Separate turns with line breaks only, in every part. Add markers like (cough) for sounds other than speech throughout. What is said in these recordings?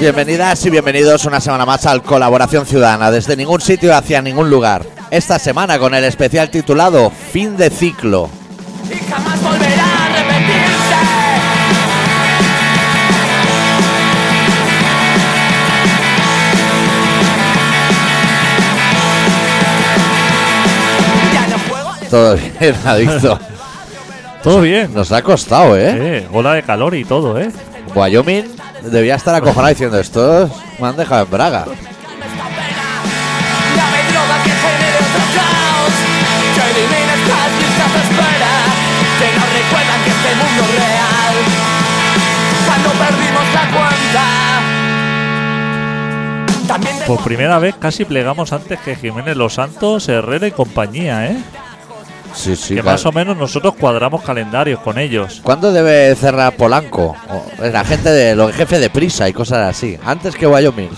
Bienvenidas y bienvenidos una semana más al Colaboración Ciudadana, desde ningún sitio hacia ningún lugar. Esta semana con el especial titulado Fin de ciclo.
y jamás volverá a repetirse. Ya no juego al
Todo bien, adicto.
Todo bien.
Nos ha costado, ¿eh?
Eh, ola de calor y todo, ¿eh?
Wyoming debía estar acojonado diciendo esto. Me han dejado en Braga.
escaparme esta pena. Dame droga que genere otro caos, que elimine estas listas de espera, que nos recuerdan que este mundo es real. Cuando perdimos la cuenta, también de
Por primera vez casi plegamos antes que Jiménez Los Santos, Herrera y compañía, ¿eh?
Sí, sí.
que
claro.
más o menos nosotros cuadramos calendarios con ellos.
¿Cuándo debe cerrar Polanco? O La gente de los jefes de prisa y cosas así. Antes que Wyoming.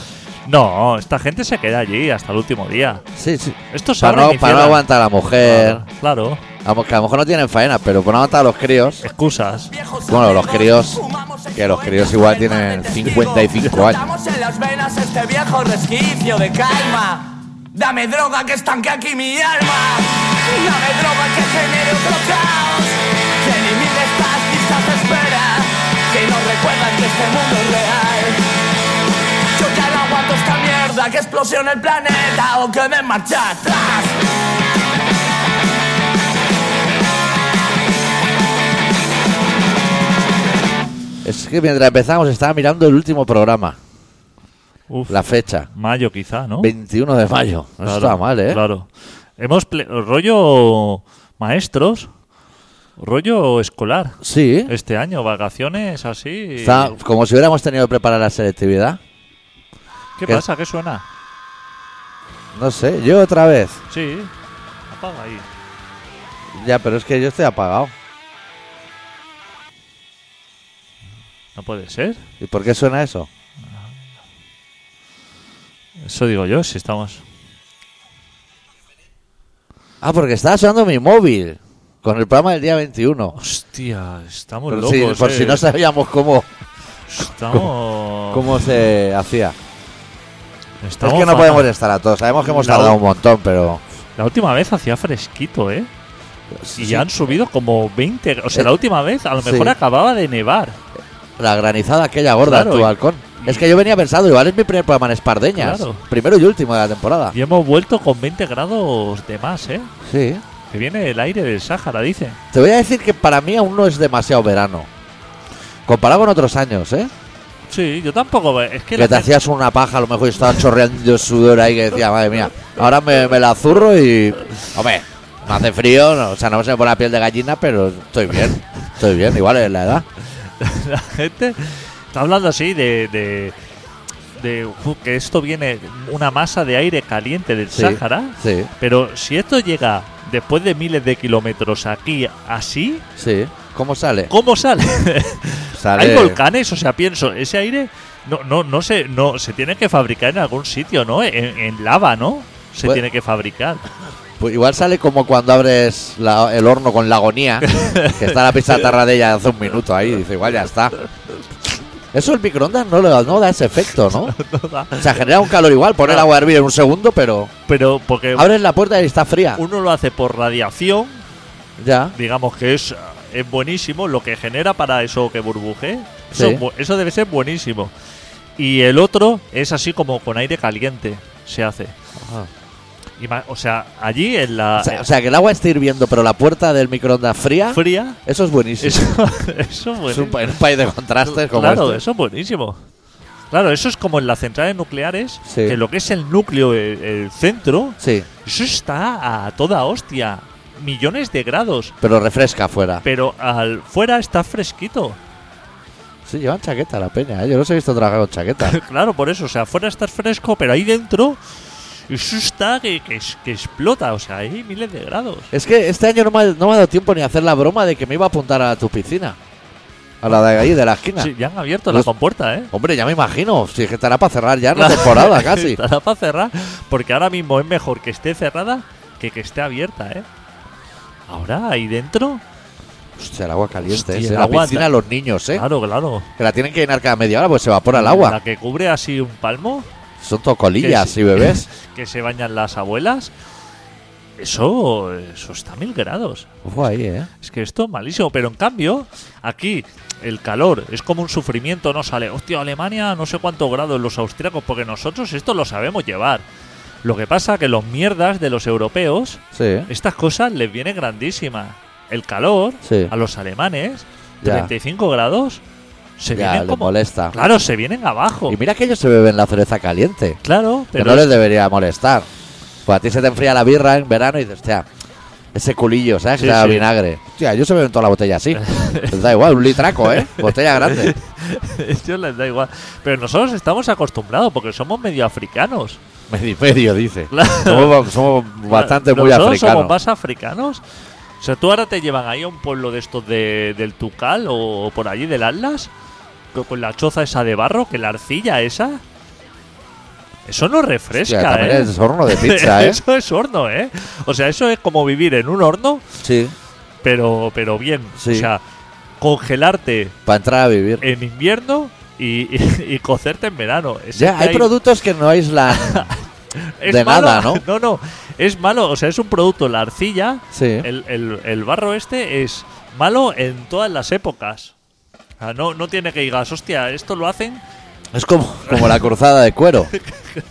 No, esta gente se queda allí hasta el último día.
Sí, sí.
Esto se
Para no, para no aguantar a la mujer.
Claro,
A mo- que a lo mejor no tienen faena, pero por no matar a los críos.
excusas.
viejos
Bueno, los
amigos,
críos,
fumamos en
que los críos
cuentas
igual
del mal de
tienen
testigo.
55 años.
Flotamos en las venas este viejo resquicio de calma. Dame droga que estanque aquí mi alma. Dame droga que genere otro caos. Que elimine estas listas de espera. Que nos recuerdan que este mundo es real. Yo ya no aguanto esta mierda que explosione el planeta o que me marcha atrás.
Es que mientras empezamos estaba mirando el último programa,
Uf,
la fecha,
mayo quizá, ¿no?
21 de mayo. No
Claro,
está mal, ¿eh?
Claro. Hemos ple- rollo maestros, rollo escolar.
Sí.
Este año, vacaciones así.
Está como si hubiéramos tenido que preparar la selectividad.
¿Qué
que-
pasa? ¿Qué suena?
No sé, yo otra vez.
Sí. Apaga ahí.
Ya, pero es que yo estoy apagado.
No puede ser.
¿Y por qué suena eso?
Eso digo yo, si estamos.
Ah, porque estaba sonando mi móvil con el programa del día 21.
Hostia, estamos
Por
locos.
si, por
eh.
si no sabíamos cómo,
Estamos.
cómo se hacía.
estamos
es que no
fatal.
podemos estar a todos. Sabemos que hemos
No.
tardado un montón, pero.
La última vez hacía fresquito, ¿eh? Y
Sí,
ya han subido como 20. O sea,
Eh,
la última vez a lo
sí.
mejor acababa de nevar.
La granizada aquella gorda
Claro,
en tu
y-
balcón. Es que yo venía pensando, igual es mi primer programa en Espardeñas.
Claro.
Primero y último de la temporada.
Y hemos vuelto con 20 grados de más, ¿eh?
Sí.
Que viene el aire del Sáhara, dice.
Te voy a decir que para mí aún no es demasiado verano. Comparado con otros años, ¿eh?
Sí, yo tampoco. Es que
Que
la
te
gente-
hacías una paja, a lo mejor y estaba chorreando sudor ahí que decía, madre mía, ahora me, me la zurro y. Hombre, no hace frío, no- o sea, no se me pone la piel de gallina, pero estoy bien. Estoy bien, igual es la edad.
la gente (laughs) está hablando así de. de de, "Ju, que esto viene una masa de aire caliente del
Sí.
Sáhara,
Sí,
pero si esto llega después de miles de kilómetros aquí así,
sí. ¿Cómo sale? (laughs)
¿cómo sale?
Sale.
Hay volcanes, o sea, pienso, ese aire no, no, no se, no, se tiene que fabricar en algún sitio, ¿no? En, en lava, ¿no? Se
Pues-
tiene que fabricar. (laughs)
Pues igual sale como cuando abres la- el horno con la
(laughs)
agonía, que está la pizza tarra de ella hace un minuto ahí, dice, igual ya está. Eso el microondas no, le- no da ese efecto, ¿no? O sea, genera un calor igual, poner agua a hervir en un segundo, pero
Pero porque
abres la puerta y está fría.
uno lo hace por radiación,
Ya.
digamos que es, es buenísimo lo que genera para eso que burbuje. Eso,
Sí.
es bu- eso debe ser buenísimo. Y el otro es así como con aire caliente se hace. Ah. Ima- O sea, allí en la
O sea, o sea, que el agua está hirviendo, pero la puerta del microondas fría,
fría,
eso es buenísimo.
eso, Ah. eso
(laughs) Es un,
buenísimo.
pa- en un país de contrastes como
claro,
este.
eso es buenísimo. Claro, eso es como en las centrales nucleares,
Sí.
que lo que es el núcleo, el, el centro,
Sí,
eso está a toda hostia, millones de grados,
pero refresca afuera.
pero al fuera está fresquito.
Sí, llevan chaqueta la peña, ¿eh? yo los he visto trabajar con chaqueta.
claro, por eso, o sea, afuera estás fresco, pero ahí dentro eso está que, que es- que explota, o sea, hay miles de grados.
Es que este año no me, ha, no me ha dado tiempo ni a hacer la broma de que me iba a apuntar a tu piscina. A la de ahí, de la esquina.
Sí, ya han abierto
Los-
la compuerta, ¿eh?
Hombre, ya me imagino. Si es que estará para cerrar
(laughs)
ya la
Claro.
temporada casi.
Estará para cerrar, porque ahora mismo es mejor que esté cerrada que que esté abierta, ¿eh? Ahora ahí dentro
Hostia, el agua caliente.
Hostia,
¿eh?
el
En la
agua-
piscina los niños, ¿eh?
Claro, claro.
Que la tienen que llenar cada media hora porque se evapora el agua.
La que cubre así un palmo.
Son tocolillas
sí.
y bebés.
que se bañan las abuelas. Eso, eso está a mil grados.
Ojo ahí, ¿eh?
Es que esto es malísimo. Pero en cambio, aquí el calor es como un sufrimiento. No sale, hostia, Alemania no sé cuántos grados los austríacos, porque nosotros esto lo sabemos llevar. Lo que pasa que los mierdas de los europeos,
Sí. ¿eh?
estas cosas les viene grandísima. El calor
Sí.
a los alemanes,
Ya.
35 grados, se
Ya,
vienen
les
como.
molesta.
Claro, se vienen abajo.
Y mira que ellos se beben la cerveza caliente.
Claro,
Que
pero
no les debería molestar. Pues a ti se te enfría la birra en verano y dices, hostia, ese culillo, ¿sabes?
Sí,
que sabe a
sí.
vinagre. Hostia, yo se beben toda la botella
(laughs)
así. Les da igual, un litraco, ¿eh? Botella grande.
(laughs) ellos les da igual. Pero nosotros estamos acostumbrados porque somos medio africanos. (laughs)
Medio, medio, dice.
Claro.
Somos, somos bastante muy
nosotros
africanos.
somos más africanos. O sea, tú ahora te llevan ahí a un pueblo de estos de- del Tucal o, por allí del Atlas, co- con la choza esa de barro, que la arcilla esa. Eso no refresca,
Hostia, también
¿eh?
es horno de
(laughs)
pizza, ¿eh?
eso es horno, ¿eh? O sea, eso es como vivir en un horno,
sí,
pero, pero bien.
Sí.
O sea, congelarte
para entrar a vivir.
en invierno y, y- y cocerte en verano. Es
ya,
que (laughs)
hay productos que no aíslan.
es
de
malo- (laughs)
nada, ¿no?
No, no. Es malo, o sea, es un producto, la arcilla.
sí.
El, el- el barro este es malo en todas las épocas. O sea, no, no tiene que digas, hostia, esto lo hacen. (laughs)
Es como, como la cruzada de cuero.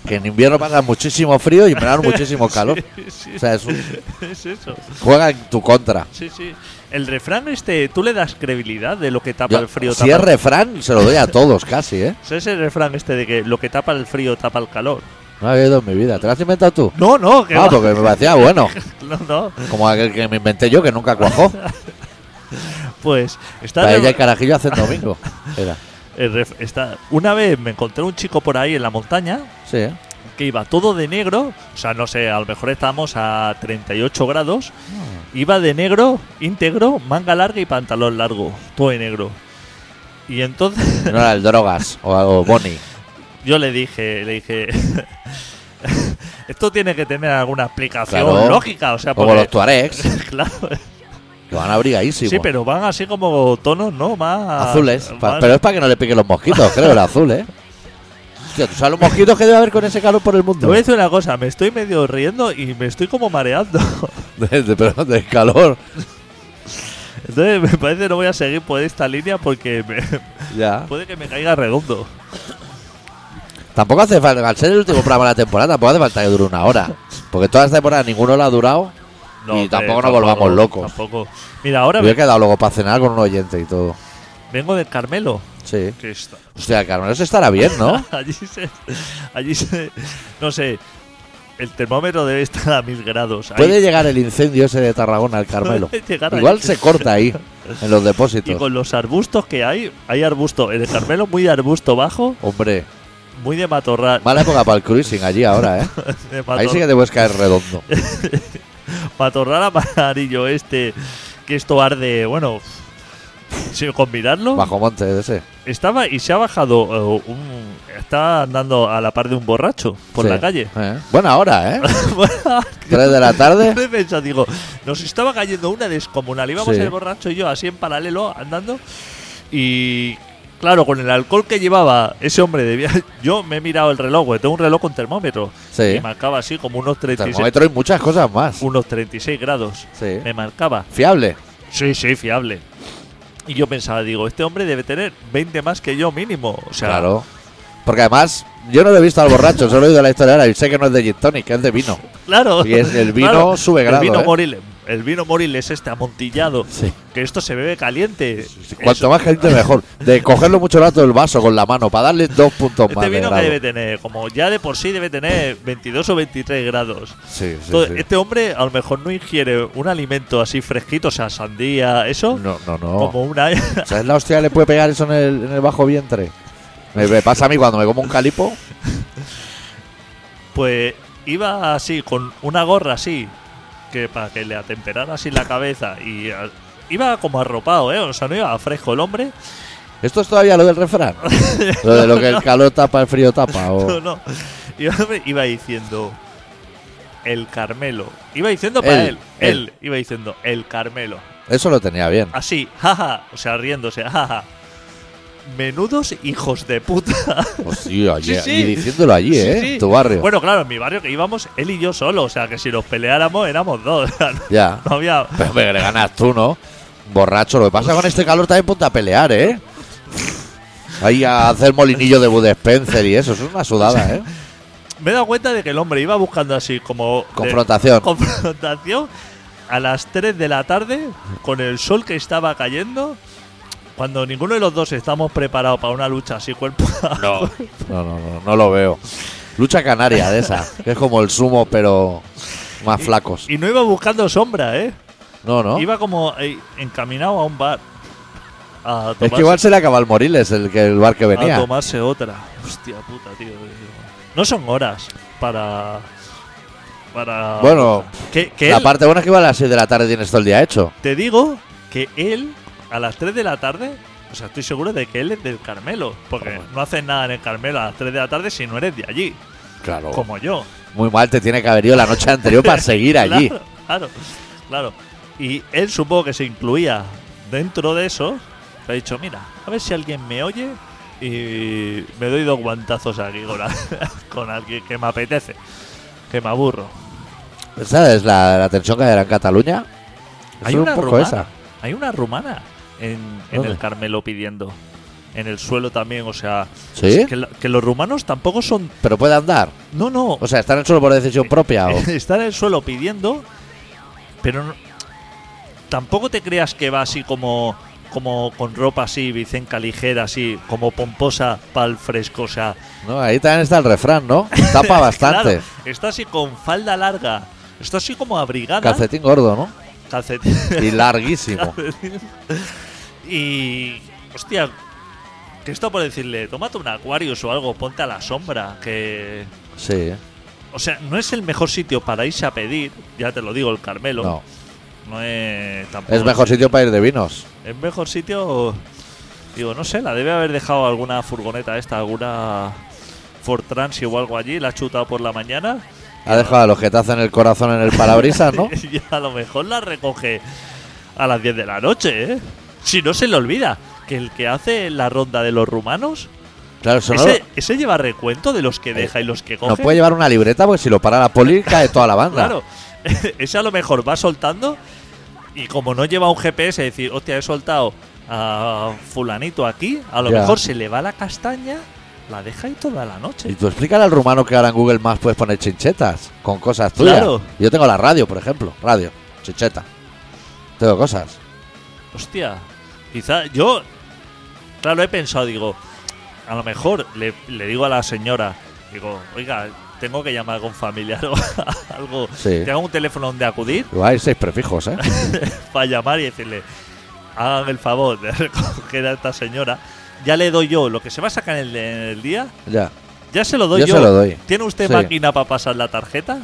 Que en invierno pasa muchísimo frío y en verano muchísimo calor.
(laughs) Sí,
O sea, es un-
es eso.
juega en tu contra.
Sí, sí. El refrán este, tú le das credibilidad de lo que tapa
Yo-
Ah, el frío.
si
tapa
es refrán, se lo doy a todos casi, ¿eh?
O sea, ese refrán este de que lo que tapa el frío tapa el calor.
No había ido en mi vida. ¿Te lo has inventado tú?
No, no, que
Ah,
va.
porque me parecía bueno.
no, no.
Como aquel que me inventé yo que nunca
(laughs)
cuajó.
Pues está
Para
de-
ella y carajillo hacen domingo. Era.
el ref- está- Una vez me encontré un chico por ahí en la montaña
Sí, ¿eh?
que iba todo de negro, o sea, no sé, a lo mejor estábamos a 38 grados, iba de negro, íntegro, manga larga y pantalón largo, todo de negro. Y entonces (laughs)
No era el drogas o algo Bonnie.
yo le dije, le dije, (laughs) esto tiene que tener alguna explicación
Claro.
lógica, o sea,
Como
porque-
los Tuaregs,
(laughs) claro,
que van abrigadísimos.
sí, pero ah, van así como tonos, ¿no? Más
Azules. pa-
más-
pero es para que no le piquen los mosquitos, creo, el azul, ¿eh? Hostia, ¿tú sabes los mosquitos que debe haber con ese calor por el
Te
mundo?
voy a decir una cosa, me estoy medio riendo y me estoy como mareando. (laughs)
Desde, (laughs) pero del calor.
Entonces me parece que no voy a seguir por esta línea porque me- (laughs)
Ya.
puede que me caiga redondo.
Tampoco hace falta, al ser el último programa de la temporada, tampoco hace falta que dure una hora. Porque toda esta temporada ninguno la ha durado.
No,
Y
hombre,
tampoco nos volvamos locos.
Tampoco. Mira, ahora
Yo he quedado luego para cenar con un oyente y todo.
vengo del Carmelo.
Sí.
Que está.
Hostia, Carmen, eso estará bien, ¿no?
(laughs) allí se. Allí se. No sé. El termómetro debe estar a mil grados. Ahí
Puede llegar el incendio ese de Tarragona al Carmelo.
puede llegar ahí.
Igual se corta ahí, en los
Y
depósitos.
con los arbustos que hay, hay arbusto. En el Carmelo, muy de arbusto bajo,
Hombre,
muy de matorral.
mala época para el cruising allí ahora, ¿eh?
(laughs) de
Ahí
mator-
sí que te puedes caer
(laughs)
redondo.
Matorral amarillo este. Que esto arde. Bueno. Si combinarlo.
Bajo monte ese.
Estaba y se ha bajado eh, un. Está andando a la par de un borracho por
Sí. (laughs)
la calle.
¿Eh? Buena hora, ¿eh?
Bueno, (laughs)
Tres de la tarde.
de pensado, digo, nos estaba cayendo una descomunal. Íbamos
Sí.
el borracho y yo así en paralelo andando. Y claro, con el alcohol que llevaba ese hombre de viaje, (laughs) yo me he mirado el reloj, porque tengo un reloj con termómetro.
Sí.
Y marcaba así como unos 36,
Termómetro y muchas cosas más.
unos 36 grados.
Sí.
Me marcaba.
Fiable.
Sí, sí, fiable. Y yo pensaba, digo, este hombre debe tener 20 más que yo mínimo. O sea,
Claro. Porque además, yo no lo he visto al borracho, solo he oído la historia ahora y sé que no es de gin tonic, que es de vino.
Claro.
Y es- el vino sube grado,
El vino
¿eh?
moril, el vino moril es este amontillado.
Sí.
Que esto se bebe caliente.
Cuanto
Eso-
más gente mejor. De cogerlo mucho rato del vaso con la mano para darle dos puntos más
Este
de
vino que
grado.
debe tener, como ya de por sí debe tener 22 o 23 grados.
Sí, sí,
Entonces,
sí.
Este hombre a lo mejor no ingiere un alimento así fresquito, o sea, sandía, eso,
No, no, no.
como una...
¿Sabes la hostia que le puede pegar eso en el, en el bajo vientre? Me, me pasa a mí cuando me como un calipo.
pues iba así, con una gorra así, que para que le atemperara así la cabeza y ah, iba como arropado, ¿eh? O sea, no iba fresco el hombre. (laughs)
Esto es todavía lo del refrán. Lo de lo que el calor tapa, el frío tapa. O...
(laughs) No, no. Iba, iba diciendo el Carmelo. Iba diciendo para
Él,
él. Él,
él.
iba diciendo el Carmelo.
Eso lo tenía bien.
Así, jaja, o sea, riéndose, jaja. Menudos hijos de puta. (laughs)
Hostia, allí-
sí.
y diciéndolo allí,
Sí,
¿eh?
sí.
En tu barrio.
Bueno, claro, en mi barrio que íbamos él y yo solo, o sea, que si nos peleáramos éramos dos. (laughs) o sea, no-
Ya.
No había.
Pero hombre, que le ganas tú, ¿no? Borracho. Lo que pasa con este calor también ponte a pelear, ¿eh? Ahí a hacer molinillo de Bud Spencer y eso. Eso es una sudada, ¿eh?
Me he dado cuenta de que el hombre iba buscando así como. de-
Confrontación.
(laughs) confrontación a las 3 de la tarde con el sol que estaba cayendo. Cuando ninguno de los dos estamos preparados para una lucha así cuerpo. a-
No. No, no, no. No lo veo. Lucha canaria de esa. Que es como el sumo, pero más flacos.
(laughs) Y no iba buscando sombra, ¿eh?
No, no.
Iba como eh, encaminado a un bar. A tomarse,
Es que igual se le acaba el Moriles, el, que, el bar que
a
venía.
tomarse otra. Hostia puta, tío. No son horas para. Para.
Bueno,
que, que
La
él-
parte buena es que iba a las 6 de la tarde y tienes todo el día hecho.
Te digo que él, a las 3 de la tarde, o sea, estoy seguro de que él es del Carmelo, porque
Hombre.
no haces nada en el Carmelo a las 3 de la tarde si no eres de allí,
Claro.
como yo.
Muy mal te tiene que haber ido la noche anterior
(laughs)
para seguir allí.
Claro, claro, claro. Y él supongo que se incluía dentro de eso, que ha dicho, mira, a ver si alguien me oye y me doy dos guantazos aquí con, al- (laughs) con alguien que me apetece, que me aburro.
¿Sabes la, la tensión que era en Cataluña? Eso
Hay
es
una
un poco
rumana.
esa.
Hay una rumana en, en
¿Dónde?
el Carmelo pidiendo. En el suelo también, o sea.
¿Sí?
es Que, la- que los rumanos tampoco son.
Pero puede andar.
No, no.
O sea, están solo por decisión propia. O...
(laughs) Están en el suelo pidiendo, pero no- tampoco te creas que va así como. Como con ropa así, vicenca ligera, así, como pomposa, pal fresco, o sea.
No, ahí también está el refrán, ¿no? (laughs) Tapa bastante.
(laughs) claro, está así con falda larga, está así como abrigada.
Calcetín gordo, ¿no?
calcetín. (laughs)
Y larguísimo.
Y. Hostia. Que esto por decirle, tómate un Aquarius o algo, ponte a la sombra. Que.
Sí. ¿eh?
O sea, no es el mejor sitio para irse a pedir, ya te lo digo, el Carmelo.
No.
No es tampoco.
Es mejor sitio para ir de vinos.
Es mejor sitio. Digo, no sé, la debe haber dejado alguna furgoneta esta, alguna Ford Transit o algo allí, la ha chutado por la mañana.
Ha dejado a los que te hacen el corazón en el parabrisas, (laughs)
(laughs)
¿no?
y a lo mejor la recoge a las 10 de la noche, ¿eh? Si no se le olvida que el que hace la ronda de los rumanos,
Claro, eso no,
ese, ese lleva recuento de los que deja y los que coge.
no puede llevar una libreta porque si lo para la poli cae toda la banda.
Claro, (laughs) ese a lo mejor va soltando y como no lleva un GPS, decir, hostia, he soltado a fulanito aquí, a lo
Ya.
mejor se le va la castaña, la deja ahí toda la
Y
noche.
tú explícale al rumano que ahora en Google Maps puedes poner chinchetas con cosas tuyas.
Claro.
Yo tengo la radio, por ejemplo. Radio, chincheta. Tengo cosas.
Hostia, quizá yo, claro, he pensado, digo, a lo mejor le, le digo a la señora, digo, oiga, tengo que llamar a un familiar o (laughs) algo,
Sí.
tengo un teléfono donde acudir
Igual hay seis prefijos,
(laughs)
¿eh?
para llamar y decirle, hagan el favor de (laughs) recoger a esta señora. Ya le doy yo lo que se va a sacar en el, en el día,
ya.
ya se lo doy yo.
Yo se lo doy.
¿Tiene usted
Sí.
máquina para pasar la tarjeta?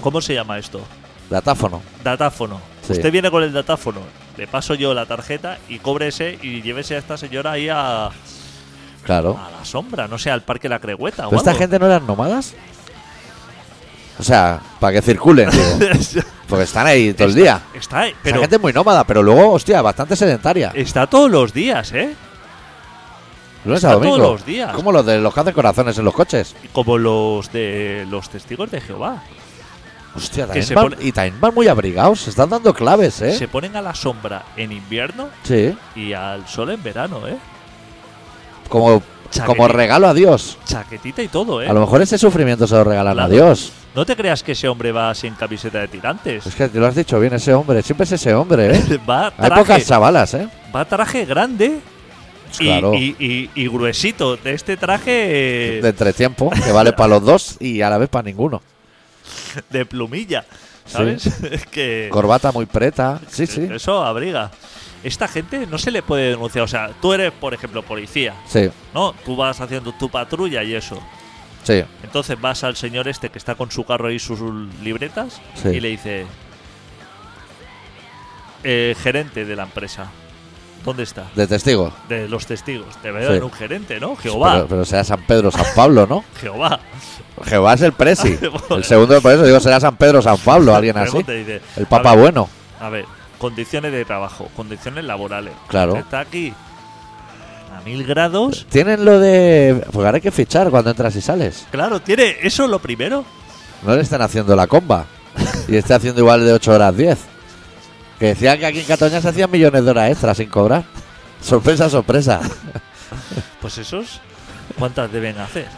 ¿Cómo se llama esto?
Datáfono.
Datáfono.
Sí.
Usted viene con el datáfono, le paso yo la tarjeta y cóbrese y llévese a esta señora ahí a, a
Claro.
la sombra, no sé, al Parque La Cregüeta o
¿Pero esta
algo. (laughs)
gente no eran nómadas? O sea, para que circulen,
(laughs)
digo. Porque están ahí todo el día.
Está, eh,
Esa
pero Eh,
gente es muy nómada, pero luego, hostia, bastante sedentaria.
está todos los días, ¿eh?
Lunes
está
a domingo.
todos los días.
Como los de los que hacen corazones en los coches.
Como los de los testigos de Jehová.
Hostia,
Que se
también van,
pone-
y también van muy abrigados. Se están dando claves, ¿eh?
Se ponen a la sombra en invierno
sí.
y al sol en verano, ¿eh?
Como, como
Chaquetita.
regalo a Dios.
Chaquetita y todo, ¿eh?
A lo mejor ese sufrimiento se lo regalan
Claro.
a Dios.
No te creas que ese hombre va sin camiseta de tirantes.
Es que te lo has dicho bien, ese hombre. Siempre es ese hombre, ¿eh?
(laughs) va,
Hay
traje,
pocas chavalas, ¿eh?
va traje grande y,
Claro.
y- y- y gruesito. De este traje eh,
De entretiempo, que vale para los dos y a la vez para ninguno.
de plumilla, ¿sabes? (laughs) que
Corbata muy preta. Sí, sí.
eso abriga. Esta gente no se le puede denunciar. O sea, tú eres, por ejemplo, policía,
Sí,
¿no? Tú vas haciendo tu patrulla y eso.
sí.
Entonces vas al señor este que está con su carro y sus libretas
Sí.
y le dice, eh, gerente de la empresa, ¿dónde está?
De testigo.
De los testigos, te veo
Sí.
en un gerente, ¿no? Jehová,
Pero, pero será San Pedro, San Pablo, ¿no?
Jehová.
Jehová es el presi.
(laughs) Bueno.
El segundo, por eso digo, será San Pedro, San Pablo, alguien así.
Pregunta y dice,
El Papa
a ver,
Bueno.
A ver, condiciones de trabajo, condiciones laborales.
Claro.
Está aquí a mil grados.
Tienen lo de. Pues ahora hay que fichar cuando entras y sales.
Claro, tiene eso lo primero.
No le están haciendo la
(laughs)
comba. Y está haciendo igual de 8 horas 10. Que decían que aquí en Cataluña se hacían millones de horas extras sin cobrar. Sorpresa, sorpresa.
Pues esos, ¿cuántas
(laughs)
deben hacer?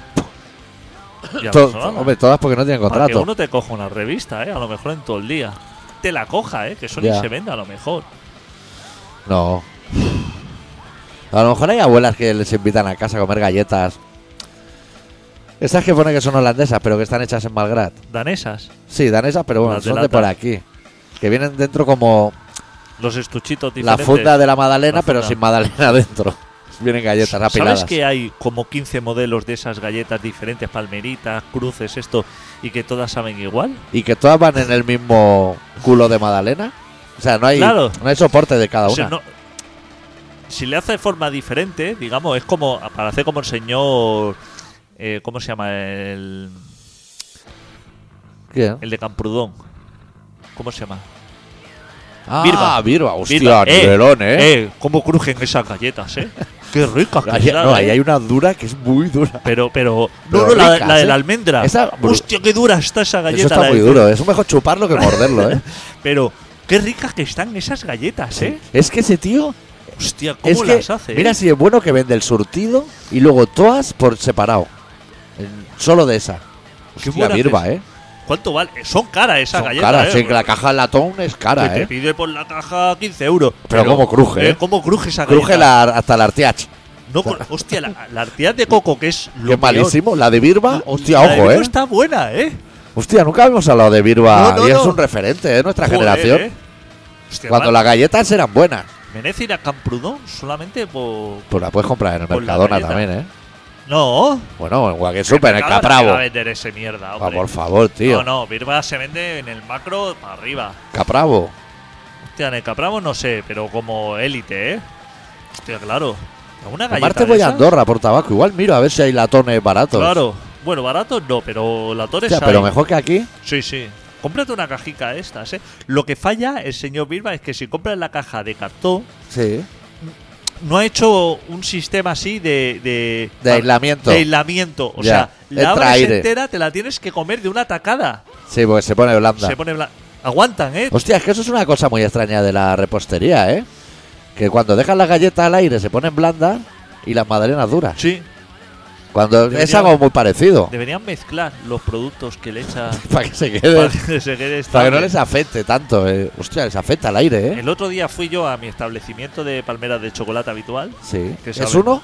Ya
To-
no son,
hombre, todas porque no tienen
Para que
contrato.
uno te coja una revista, ¿eh? A lo mejor en todo el día. Te la coja, ¿eh? Que eso
Ya.
ni se venda a lo mejor.
No. A lo mejor hay abuelas que les invitan a casa a comer galletas. Esas que pone que son holandesas, pero que están hechas en Malgrat.
Danesas.
Sí, danesas, pero bueno,
Las de
son de
lata.
por aquí. Que vienen dentro como
Los estuchitos
la
diferentes.
funda de la magdalena,
La
pero
funda.
sin magdalena (laughs) dentro. Vienen galletas apiladas.
¿Sabes que hay como 15 modelos de esas galletas diferentes, palmeritas, cruces, esto, y que todas saben igual?
Y que todas van en el mismo culo de magdalena. O sea, no hay,
Claro.
no hay soporte de cada
O sea,
una.
no- si le hace de forma diferente, digamos, es como para hacer como el señor. eh, ¿Cómo se llama? El,
¿Quién?
el de Camprudón. ¿Cómo se llama?
Ah,
Birba.
Birba. Hostia,
Birba. Eh,
nivelón, ¿eh?
eh, ¿Cómo crujen esas galletas, eh? Qué ricas que
Ahí-
eran,
no,
eh.
ahí hay una dura que es muy dura.
Pero, pero.
Pero
no, no, la,
ricas,
la de la
¿eh?
almendra.
Esa-
Hostia, qué dura está esa galleta.
Eso está
la de-
muy duro. Es mejor chuparlo que morderlo,
(laughs)
¿eh?
Pero, qué ricas que están esas galletas, ¿eh?
Es que ese tío.
Hostia, ¿cómo
Es que,
las hace? eh?
mira si es bueno que vende el surtido y luego todas por separado. En- Solo de esa.
Qué
Hostia,
buenas
birba,
es.
¿eh?
¿Cuánto vale? Eh, Son caras esas
Son
galletas.
caras,
eh,
sí, que la caja de latón es
Que
cara,
te
¿eh?
pide por la caja 15 euros.
Pero cómo cruje, ¿eh?
¿Cómo cruje esa
Cruje
galleta?
la, hasta la artiach.
No, con- hostia, la, la artiaz de coco, que es lo
Que es
peor. Ah,
malísimo. La de birba, hostia,
La de
ojo,
Bilbao
¿eh?
está buena, ¿eh?
Hostia, nunca habíamos hablado de birba.
No, no,
y es
no.
un referente de nuestra
Joder,
generación.
¿eh? Hostia,
Cuando
man,
las galletas eran buenas.
Merece ir a Camprudón solamente por...
Pues la puedes comprar en el
Con la
Mercadona
galleta.
también, ¿eh?
No.
Bueno, en cualquier super, en el
Mercadona te va
Capravo.
a vender ese mierda,
Ah,
hombre.
por favor, tío.
No, no, Birba se vende en el macro para arriba.
Capravo.
Hostia, en el Capravo no sé, pero como élite, ¿eh? Hostia, claro. Una galleta
Además te
de
voy a
esas?
Andorra por tabaco. Igual miro a ver si hay latones baratos.
Claro. Bueno, baratos no, pero la torre
Hostia, pero mejor que aquí.
Sí, sí. Cómprate una cajica de estas, ¿eh? Lo que falla el señor Birba es que si compras la caja de cartón,
Sí.
no ha hecho un sistema así de. De,
De aislamiento.
de aislamiento. O
Ya,
sea,
entra
la abres
aire.
entera, te la tienes que comer de una tacada.
Sí, porque se pone blanda.
Se pone bla- Aguantan, ¿eh?
Hostia, es que eso es una cosa muy extraña de la repostería, ¿eh? Que cuando dejan las galletas al aire se ponen blandas y las magdalenas duras.
Sí.
Cuando es
Debería-
algo muy parecido.
Deberían mezclar los productos que le echa.
(laughs) Para que se quede.
para
Para,
que se quede
que no
estable.
les afecte tanto. eh. Hostia, les afecta al aire, ¿eh?
El otro día fui yo a mi establecimiento de palmeras de chocolate habitual.
Sí.
que
¿Es
sabe.
uno?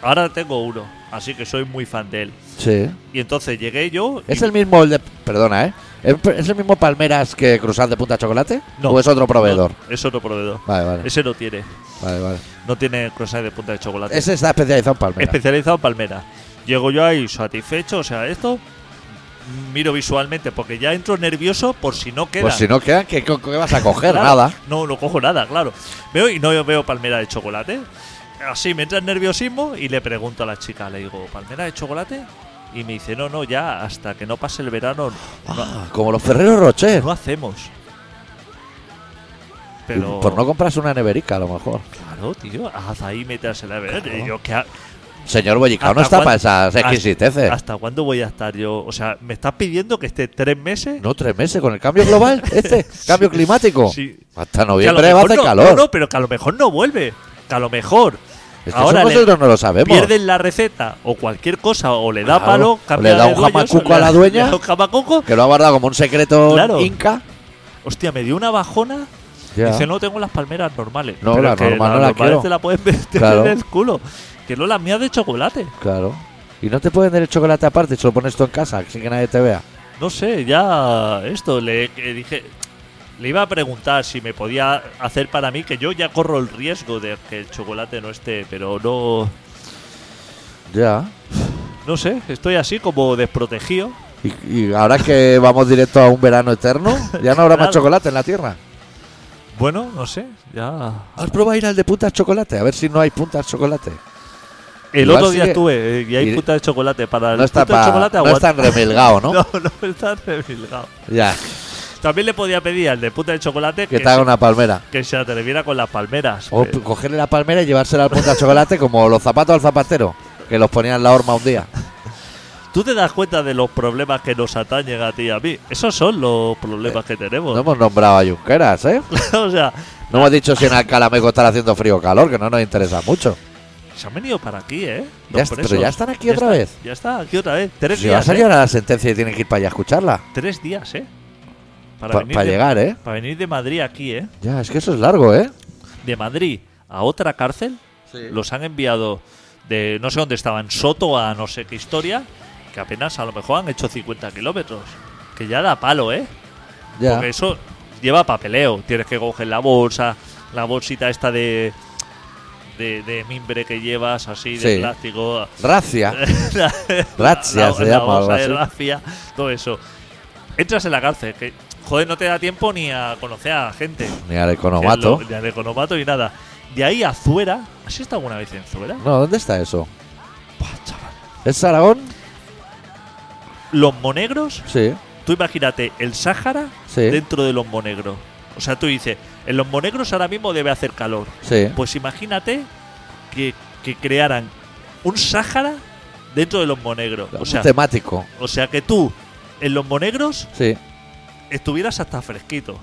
Ahora tengo uno, así que soy muy fan de él.
Sí.
Y entonces llegué yo. y-
¿Es el mismo el de. Perdona, ¿eh? ¿Es es el mismo Palmeras que Cruzar de Punta Chocolate?
No.
¿O es otro proveedor?
No, es otro proveedor.
Vale, vale.
Ese no tiene.
Vale, vale.
No tiene croissant de punta de chocolate.
Ese está especializado en Palmeras.
especializado en palmera. Llego yo ahí satisfecho, o sea, esto. Miro visualmente, porque ya entro nervioso por si no queda.
pues si no quedan, ¿qué, co- qué vas a coger?
Claro,
Nada.
No, no cojo nada, claro. Veo y no veo palmera de chocolate. Así me entra el nerviosismo y le pregunto a la chica, le digo, ¿palmera de chocolate? Y me dice, no, no, ya hasta que no pase el verano no,
Ah, Como los Ferreros Rocher.
no hacemos. Pero.
Por no comprarse una neverica, a lo mejor.
Claro, tío, haz ahí meterse la verano.
Claro.
Y yo, ¿qué ha-
Señor Bollicao no está
¿Hasta cuán-
para esas ¿eh?
hasta-
exquisiteces.
¿Hasta cuándo voy a estar yo? O sea, ¿me estás pidiendo que esté tres meses?
No, tres meses con el cambio
(laughs)
global, este cambio climático.
sí.
Hasta
Que a lo
noviembre va a
mejor
hacer
no-
calor.
No, no, pero que a lo mejor no vuelve. Que a lo mejor
Es que
ahora
eso
le
nosotros no lo sabemos.
pierden la receta o cualquier cosa o le da
Claro. O
palo,
le
cambia
da
de
un
dueños,
jamacuco
o le
a la
da-
dueña.
le da un (laughs) jamacuco.
Que lo ha guardado como un secreto
Claro.
inca.
Hostia, me dio una bajona.
Ya.
Dice, no tengo las palmeras normales.
No,
Pero
la
es que
normal
las
no la
normales
quiero.
te la puedes (laughs) meter
Claro.
en el culo. Que no las mías de chocolate.
Claro. Y no te pueden dar el chocolate aparte, se lo pones tú en casa, sin que nadie te vea.
No sé, ya esto, le que dije, le iba a preguntar si me podía hacer para mí, que yo ya corro el riesgo de que el chocolate no esté, pero no,
Ya.
no sé, estoy así como desprotegido.
Y, y ahora que vamos directo a un verano eterno, ya no habrá más
Claro.
chocolate en la tierra.
Bueno, no sé, ya.
¿Has probado ir al de puntas chocolate? A ver si no hay puntas chocolate.
El
Igual
otro
sí
día
que-
estuve eh, y hay
y-
puta de chocolate para el
No está,
puto de
pa-
chocolate
no
(laughs) aguanta.
está remilgado, ¿no?
no, no está remilgado.
Ya.
También le podía pedir al de puta de chocolate
Que
que,
te haga Oh, una palmera.
que se atreviera con las palmeras.
O
eh,
p- cogerle la palmera y llevársela al punta de chocolate como los zapatos al zapatero, que los ponían en la horma un día.
Tú te das cuenta de los problemas que nos atañen a ti y a mí. Esos son los problemas que
Eh, No
tenemos.
hemos nombrado a Junqueras, ¿eh?
(laughs) o sea,
No hemos dicho si en Alcalameco estará haciendo frío o calor, que no nos interesa mucho.
se han venido para aquí, ¿eh? Los
Ya est- pero
presos.
ya están aquí
Ya
otra
están-
vez.
Ya está, aquí otra vez. Tres
Si va a
días.
salir
¿eh?
ahora la sentencia y tienen que ir para allá a escucharla.
Tres días, ¿eh? Para,
Para
venir de,
llegar, ¿eh?
para venir de Madrid aquí, ¿eh?
Ya, es que eso es largo, ¿eh?
De Madrid a otra cárcel. Los han enviado de no sé dónde estaban, Soto a no sé qué historia. Que apenas a lo mejor han hecho 50 kilómetros. Que ya da palo, ¿eh?
Ya.
Porque eso lleva papeleo. Tienes que coger la bolsa, la bolsita esta de. De, de mimbre que llevas así de
Sí.
plástico Eh,
Racia.
la,
(laughs) Razzia
(laughs) la-
se
la
llama, algo
bolsa de
así.
razzia, todo eso entras en la cárcel que joder no te da tiempo ni a conocer a gente
Ni al
Ni
economato.
al- ni al economato ni nada de ahí a Zuera ¿has estado alguna vez en Zuera?
No, ¿dónde está eso?
Buah, chaval.
¿Es Aragón?
los monegros
Sí.
tú imagínate el Sáhara
Sí.
dentro de los monegros o sea tú dices en los monegros ahora mismo debe hacer calor
Sí.
Pues imagínate que, que crearan un Sáhara dentro de los monegros. O
Un
sea,
temático.
o sea que tú en los monegros
Sí.
estuvieras hasta fresquito.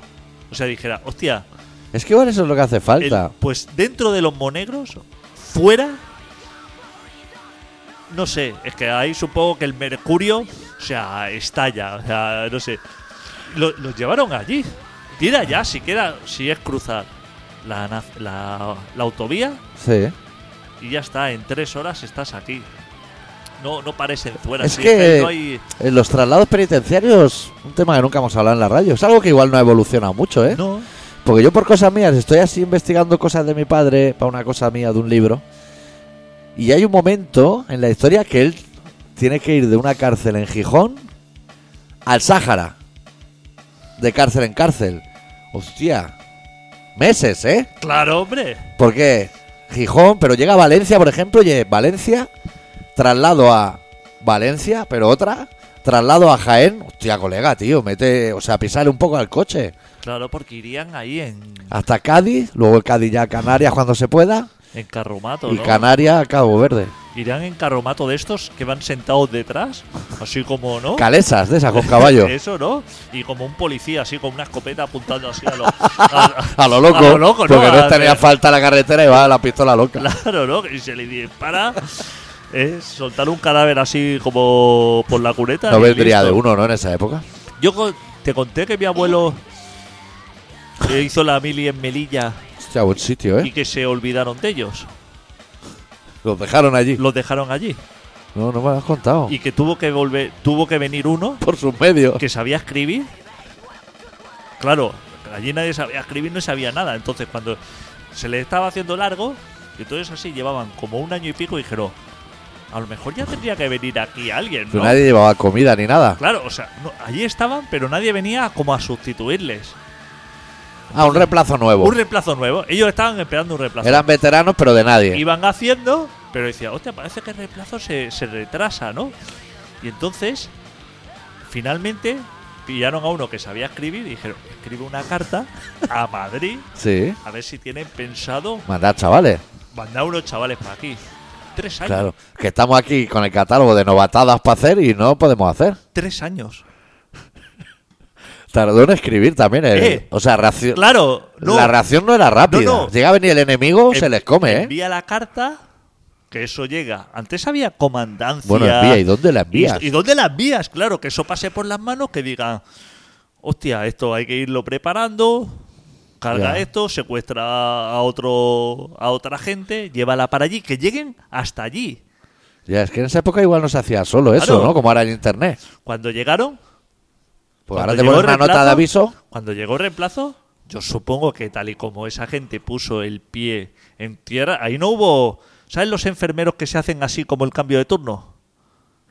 O sea, dijera, hostia,
Es que igual eso es lo que hace
el-
falta.
pues dentro de los monegros, fuera, no sé, es que ahí supongo que el mercurio, o sea, estalla, o sea, no sé. Lo- Los llevaron allí. Tira ya, si queda, si es cruzar la naz- la- la autovía,
Sí.
y ya está, en tres horas estás aquí. No, no parecen fuera.
Es
sí,
que-
no hay-
Eh, Los traslados penitenciarios, un tema que nunca hemos hablado en la radio. Es algo que igual no ha evolucionado mucho, ¿eh?
no,
Porque yo por cosas mías estoy así investigando cosas de mi padre para una cosa mía de un libro. Y hay un momento en la historia que él tiene que ir de una cárcel en Gijón al Sáhara. De cárcel en cárcel. Hostia. Meses, ¿eh?
claro, hombre.
Porque Gijón, pero llega a Valencia, por ejemplo, y en Valencia, traslado a Valencia, pero otra, traslado a Jaén. Hostia, colega, tío, mete, o sea, pisar un poco al coche.
Claro, porque irían ahí en,
Hasta Cádiz, luego Cádiz ya a Canarias cuando se pueda,
en carromato,
y
¿no?
Canarias a Cabo Verde.
Irían en carromato de estos que van sentados detrás, así como, ¿no?
Calesas de esas con
(laughs)
caballo.
Eso, ¿no? Y como un policía, así con una escopeta apuntando así a lo, a-
(laughs) A lo loco,
A lo loco, ¿no?
porque no
A-
tenía falta la carretera y va la pistola loca.
Claro, ¿no? Y se le dispara. Es soltar un cadáver así como por la cuneta.
no
y
vendría
listo.
de uno, ¿no? En esa época.
Yo co- te conté que mi abuelo eh, hizo la mili en Melilla
Hostia, buen sitio,
y
¿eh?
que se olvidaron de ellos.
Los dejaron allí.
Los dejaron allí.
No, no me lo has contado.
Y que tuvo que volver, tuvo que venir uno
Por sus medios.
que sabía escribir. Claro, allí nadie sabía escribir, no sabía nada. Entonces cuando se le estaba haciendo largo, y entonces así llevaban como un año y pico y dijeron, a lo mejor ya tendría que venir aquí alguien,
Pero
¿no?
nadie llevaba comida ni nada.
Claro, o sea, no, allí estaban, pero nadie venía como a sustituirles.
Ah, un reemplazo nuevo.
Un reemplazo nuevo. Ellos estaban esperando un reemplazo.
Eran veteranos, pero de nadie.
iban haciendo, pero decía, hostia, parece que el reemplazo se, se retrasa, ¿no? Y entonces, finalmente, pillaron a uno que sabía escribir y dijeron, escribe una carta a Madrid
Sí.
a ver si tienen pensado
Mandar chavales.
mandar unos chavales para aquí. Tres años.
Claro. Que estamos aquí con el catálogo de novatadas para hacer y no podemos hacer.
Tres años.
Tardó en escribir también. el-
Eh.
O sea, raci-
Claro, no.
la ración no era rápida.
No, no.
Llega a venir el enemigo,
En-
se les come, ¿eh?
Em- Envía la carta, que eso llega. Antes había comandancia.
Bueno, envía. ¿Y dónde la
¿Y,
envías?
y dónde las vías? Claro, que eso pase por las manos, que digan, hostia, esto hay que irlo preparando, carga
Ya.
esto, secuestra a otro a otra gente, llévala para allí, que lleguen hasta allí.
Ya, es que en esa época igual no se hacía solo eso,
Claro.
¿no? Como ahora en internet.
Cuando llegaron,
Pues
cuando
ahora te
llegó
pones
el
una nota de
reemplazo-
aviso.
Cuando llegó el reemplazo, yo supongo que tal y como esa gente puso el pie en tierra, ahí no hubo, ¿sabes los enfermeros que se hacen así como el cambio de turno?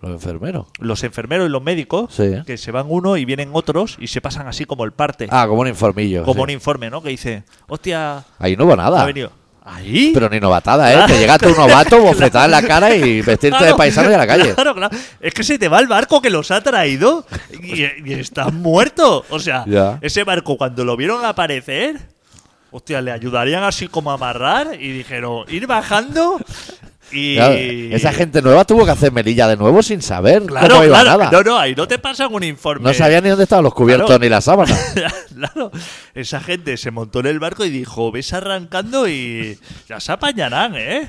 Los enfermeros.
Los enfermeros y los médicos
Sí.
que se van uno y vienen otros y se pasan así como el parte.
Ah, como un informillo.
Eh. como un
sí.
informe, ¿no? Que dice, hostia,
Ahí no hubo nada.
ha venido. Ahí.
Pero ni novatada, ¿eh? Te
(laughs)
llega tú novato, bofetada en la cara y vestirte de
Claro,
paisano y a la calle.
Claro, claro. Es que se te va el barco que los ha traído y, y estás muerto. O sea,
Pues- Ya.
ese barco cuando lo vieron aparecer, hostia, le ayudarían así como a amarrar y dijeron, ir bajando (laughs) y...
Claro, esa gente nueva tuvo que hacer Melilla de nuevo sin saber
Claro,
cómo iba
claro.
nada.
No,
No,
no, ahí no te pasan un informe.
sabía ni dónde estaban los cubiertos
Claro.
ni la
(laughs)
sábana.
claro, esa gente se montó en el barco y dijo, ves arrancando y ya se apañarán, ¿eh?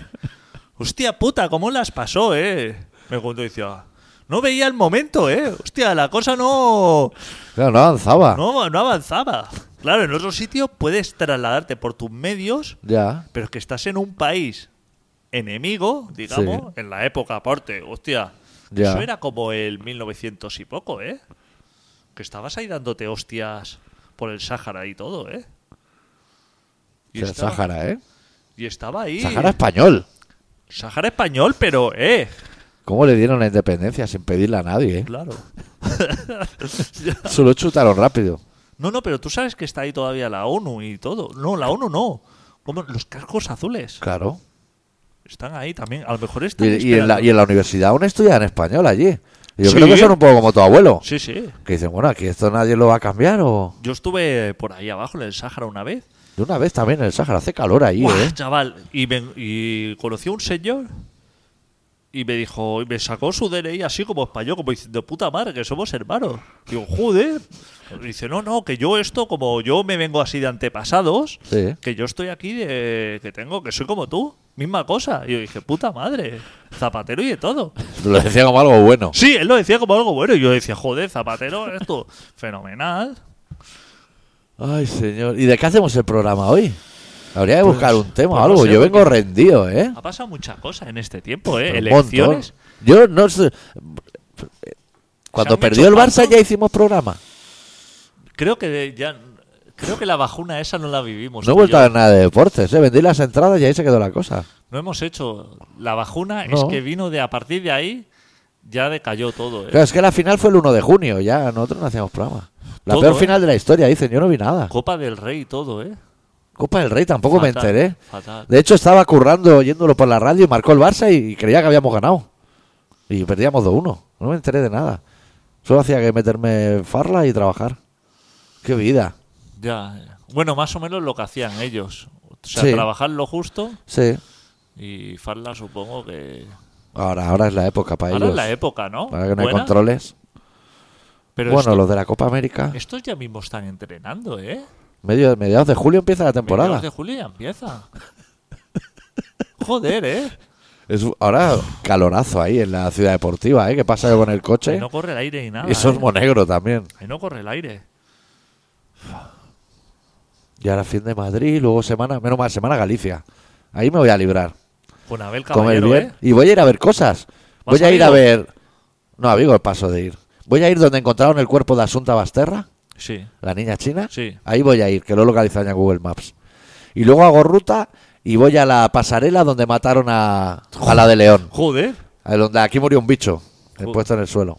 Hostia puta, ¿cómo las pasó, eh? Me contó y decía, no veía el momento, ¿eh? Hostia, la cosa no,
Claro, no avanzaba.
no, no avanzaba. Claro, en otro sitio puedes trasladarte por tus medios,
Ya.
pero es que estás en un país enemigo, digamos, en la época aparte, hostia.
Ya.
Eso era como el 1900 y poco, ¿eh? Que estabas ahí dándote hostias por el Sáhara y todo, ¿eh?
O sea,
estaba-
Sáhara, ¿eh?
y estaba ahí.
Sáhara español.
Sáhara español, pero, ¿eh?
¿Cómo le dieron la independencia sin pedirla a nadie? eh?
Claro. (laughs)
Solo chutaron rápido.
No, no, pero tú sabes que está ahí todavía la ONU y todo. No, la ONU no. Como los cascos azules
Claro.
están ahí también. A lo mejor
Y,
están.
y en la,
esperando.
y en la universidad aún estudiaban español allí. Y yo
Sí.
creo que son un poco como tu abuelo.
Sí, sí.
Que dicen, bueno, aquí esto nadie lo va a cambiar o...
Yo estuve por ahí abajo en el Sáhara una vez.
De una vez también en el Sáhara hace calor ahí,
Guau,
¿eh?
chaval. Y, me- y conocí a un señor y me dijo, y me sacó su DNI así como español, como diciendo, puta madre, que somos hermanos. Digo, joder. Dice, no, no, que yo esto, como yo me vengo así de antepasados,
Sí.
que yo estoy aquí de que tengo, que soy como tú. Misma cosa. Y yo dije, puta madre, zapatero y de todo.
Lo decía como algo bueno.
Sí, él lo decía como algo bueno. Y yo decía, joder, zapatero, esto, fenomenal.
Ay, señor. ¿Y de qué hacemos el programa hoy? Habría que
Pues-
buscar un tema
pues
o
no
algo.
sé,
Yo vengo
porque-
rendido, ¿eh?
Ha pasado mucha cosa en este tiempo, ¿eh?
Pero un montón.
Elecciones.
Yo no sé... Cuando
hecho
perdió el Barça
tanto?
ya hicimos programa.
Creo que ya. Creo que la bajuna esa no la vivimos.
No he
tú y
vuelto a
yo.
ver nada de deportes, ¿eh? Vendí las entradas y ahí se quedó la cosa.
No hemos hecho. La bajuna es
No.
que vino de a partir de ahí. Ya decayó todo, ¿eh?
Claro, es que la final fue el 1 de junio, ya nosotros no hacíamos programa. La
Todo,
peor
¿eh?
final de la historia, dicen, yo no vi nada.
Copa del Rey y todo, ¿eh?
Copa del Rey tampoco me
Fatal,
enteré.
Fatal.
De hecho, estaba currando oyéndolo por la radio y marcó el Barça y, y creía que habíamos ganado. Y perdíamos 2-1. No me enteré de nada. Solo hacía que meterme farla y trabajar. ¡Qué vida!
Ya. Bueno, más o menos lo que hacían ellos. O sea,
Sí.
trabajar lo justo
Sí.
y Farla supongo que.
Ahora, ahora es la época para
Ahora
ellos.
es la época, ¿no?
Para que no hay
Buena.
controles.
Pero
bueno,
esto-
los de la Copa América.
estos ya mismo están entrenando, ¿eh?
Medio, mediados de julio empieza la temporada.
Mediados de julio ya empieza. Joder, ¿eh?
Es un- ahora calorazo ahí en la ciudad deportiva, ¿eh? Que pasa yo con el coche.
Ahí no corre el aire ni nada.
y eso
¿eh?
es Monegro también.
Ahí no corre el aire.
Y ahora fin de Madrid, luego semana, menos mal, semana Galicia. Ahí me voy a librar.
Con Abel
Comer
Caballero,
bien.
¿eh?
Y voy a ir a ver cosas.
¿Vas
Voy a
a
ir a
Vigo?
ver. No, amigo, el paso de ir. Voy a ir donde encontraron el cuerpo de Asunta Basterra,
Sí.
la niña china.
Sí.
Ahí voy a ir, que lo he localizado ya en Google Maps. Y luego hago ruta y voy a la pasarela donde mataron a, a la de León.
Joder,
A donde aquí murió un bicho, eh,
Joder.
puesto en el suelo.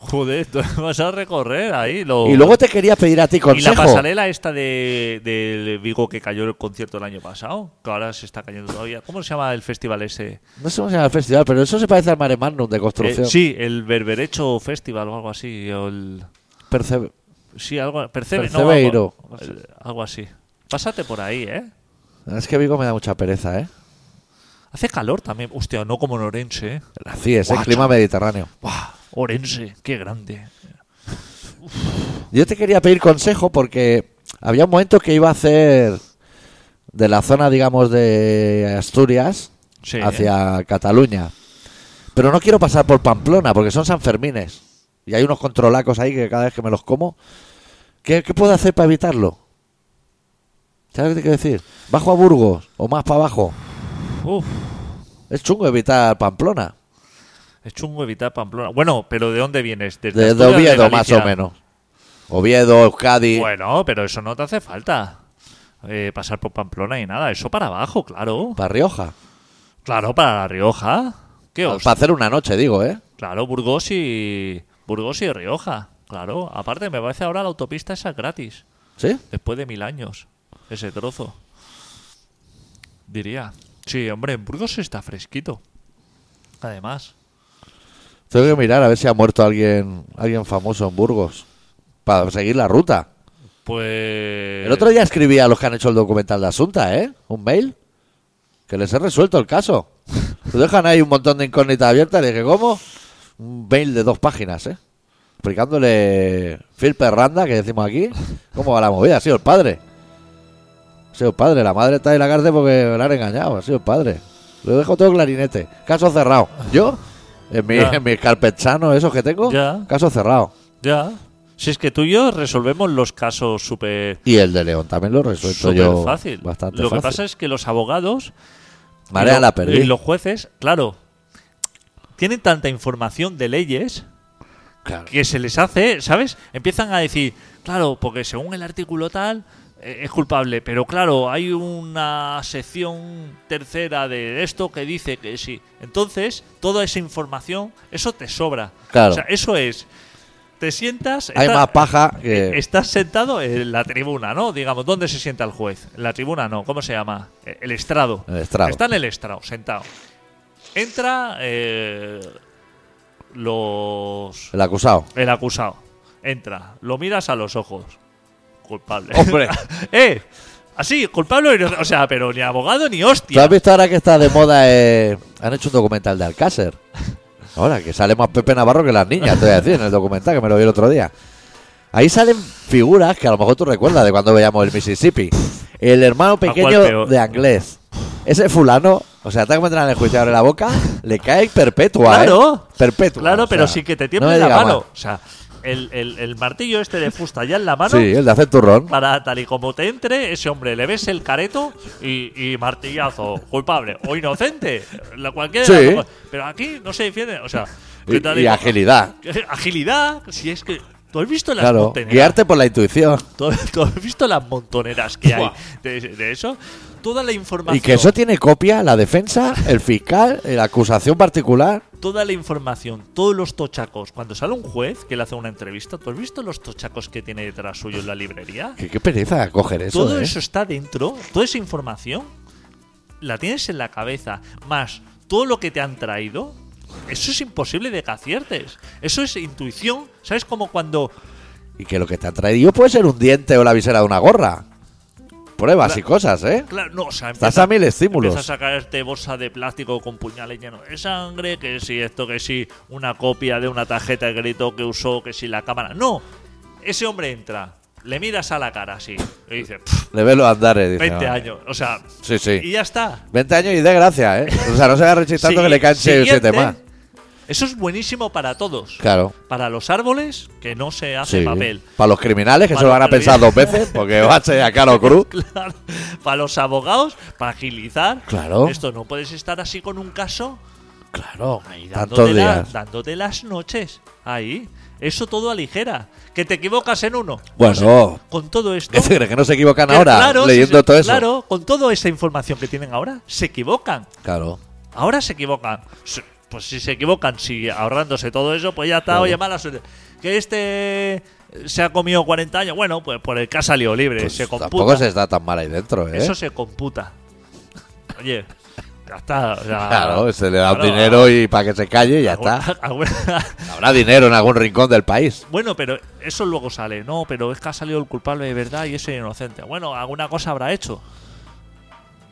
joder, (laughs) tú vas a recorrer ahí. Lo...
Y luego te quería pedir a ti
Oh. Y la
consejo.
pasarela esta de, del Vigo que cayó el concierto el año pasado, que ahora se está cayendo todavía. ¿Cómo se llama el festival ese?
No sé cómo se llama el festival, pero eso se parece al Mare Magnum de construcción.
Eh, sí, el Berberecho Festival o algo así. o el-
Perce-
Sí, algo. Percebe, no,
Percebeiro.
algo- eh, algo así. Pásate por ahí, ¿eh?
Es que Vigo me da mucha pereza, ¿eh?
Hace calor también. Hostia, no como en Orense, ¿eh?
Así es, el
Guacho.
clima mediterráneo.
Buah, Orense, qué grande.
Yo te quería pedir consejo porque había un momento que iba a hacer de la zona, digamos, de Asturias
Sí,
hacia Cataluña. Pero no quiero pasar por Pamplona porque son Sanfermines. Y hay unos controlacos ahí que cada vez que me los como. ¿Qué, qué puedo hacer para evitarlo? ¿Sabes qué te quiero decir? Bajo a Burgos o más para abajo.
Uf.
Es chungo evitar Pamplona.
Es chungo evitar Pamplona. Bueno, pero ¿de dónde vienes? ¿Desde
Desde
Asturias, de
Oviedo, más
Galicia?
o menos. Oviedo, Euskadi.
Bueno, pero eso no te hace falta. eh, pasar por Pamplona y nada. Eso para abajo, claro.
Para Rioja.
Claro, para La Rioja. ¿Qué os?
Para hacer una noche, digo, ¿eh?
Claro, Burgos y. Burgos y Rioja. Claro. Aparte, me parece ahora la autopista esa gratis.
¿Sí?
Después de mil años. Ese trozo. diría. Sí, hombre, en Burgos está fresquito. Además,
Tengo que mirar a ver si ha muerto alguien, alguien famoso en Burgos. Para seguir la ruta.
pues.
El otro día escribí a los que han hecho el documental de Asunta, ¿eh? Un mail. Que les he resuelto el caso. Te dejan ahí un montón de incógnitas abiertas. Le dije, ¿cómo? Un mail de dos páginas, ¿eh? Explicándole Phil Perranda, que decimos aquí, cómo va la movida. Ha sido el padre. Ha sido el padre. La madre está en la cárcel porque la han engañado. Ha sido el padre. Lo dejo todo clarinete. Caso cerrado. Yo, en mi,
Ya.
en mi carpechano, esos que tengo,
Ya.
caso cerrado.
Ya. Si es que tú y yo resolvemos los casos súper.
Y el de León también lo he resuelto Pues, yo.
súper fácil.
Bastante
Lo que
fácil.
pasa es que los abogados
Marea
Y lo-
la perdí.
Y los jueces, claro, tienen tanta información de leyes
Claro.
que se les hace, ¿sabes? Empiezan a decir, claro, porque según el artículo tal eh, es culpable, pero claro, hay una sección tercera de esto que dice que sí. Entonces, toda esa información, eso te sobra.
Claro.
O sea, eso es. Te sientas.
Hay
estás-
más paja que.
eh, Estás sentado en la tribuna, ¿no? Digamos, ¿dónde se sienta el juez? En la tribuna no, ¿cómo se llama? Eh, El estrado.
El estrado.
Está en el estrado, sentado. Entra eh, los...
El acusado.
El acusado. Entra, lo miras a los ojos. Culpable.
Hombre.
(laughs) ¡Eh! Así, culpable, o no- o sea, pero ni abogado ni
¿Tú has
hostia.
visto ahora que está de moda? eh, han hecho un documental de Alcácer. Ahora, que sale más Pepe Navarro que las niñas, te voy a decir, en el documental que me lo vi el otro día. Ahí salen figuras que a lo mejor tú recuerdas de cuando veíamos el Mississippi. El hermano
cuál
pequeño
peor?
de Anglés. Ese fulano, o sea, está que meterán el juiciador en la boca, le cae perpetua, ¿eh?
Claro.
Perpetua.
Claro,
o
pero
sea,
sí que te
no
tiembla
me
la
diga
mano.
más.
O sea, el, el- el martillo este de fusta ya en la mano.
Sí, el de hacer turrón.
Para tal y como te entre, ese hombre le ves el careto y, y martillazo, culpable o inocente. La cualquiera de
Sí.
las dos cosas. Pero aquí no se defiende. O sea, ¿qué
Y,
tal
y
digo?
agilidad.
(laughs) Agilidad, si es que. ¿Tú has visto las
Claro.
montoneras?
Guiarte por la intuición.
¿Tú, tú has visto las montoneras que hay
Buah.
de, de eso? Toda la información.
Y que eso tiene copia la defensa, el fiscal, la acusación particular.
toda la información, todos los tochacos. Cuando sale un juez que le hace una entrevista, ¿tú has visto los tochacos que tiene detrás suyo en la librería?
Que qué pereza coger eso.
todo
¿eh?
eso está dentro, toda esa información la tienes en la cabeza, más todo lo que te han traído, eso es imposible de que aciertes. Eso es intuición, ¿sabes? Como cuando
Y que lo que te ha traído puede ser un diente o la visera de una gorra. Pruebas y cosas, ¿eh?
Claro, no, o sea,
Estás
empieza-
a mil estímulos.
Empiezas a sacarte bolsa de plástico con puñales llenos de sangre, que si esto, que si una copia de una tarjeta de crédito que usó, que si la cámara. No, ese hombre entra, le miras a la cara así, y dice, "Pff,
Le ves los andares. Dice,
20
"Ah".
años, o sea,
Sí,
y
sí.
ya está.
20 años y de gracia, ¿eh? O sea, no se va rechistando que le canche
Siguiente.
7 más.
Eso es buenísimo para todos.
Claro.
Para los árboles, que no se hace
Sí.
papel. (laughs)
Para los criminales que
Para
se lo van a
los
pensar dos veces porque va a ser a Caro Cruz.
(laughs) Claro. Para los abogados, para agilizar.
Claro.
Esto no puedes estar así con un caso
Claro.
ahí
Tantos
dándote, la-
días.
dándote las noches. Ahí. Eso todo a ligera. Que te equivocas en uno.
Bueno.
Pues, con todo esto.
¿Qué se cree? ¿Que no se equivocan
que-
ahora
claro,
leyendo
sí, sí,
todo eso?
Claro, con toda esa información que tienen ahora, se equivocan.
Claro.
Ahora se equivocan. Se- Pues si se equivocan, si ahorrándose todo eso, pues ya está,
Claro.
oye, mala suerte. Que este eh, se ha comido 40 años, bueno, pues por el que ha salido libre,
Pues
se
tampoco
computa.
se está tan mal ahí dentro, ¿eh?
Eso se computa. Oye, ya está. o sea,
Claro, se le da un
claro,
dinero y para que se calle y
(laughs)
ya
alguna-
está.
alguna-
Habrá dinero en algún rincón del país.
bueno, pero eso luego sale. No, pero es que ha salido el culpable de verdad y ese inocente. Bueno, alguna cosa habrá hecho.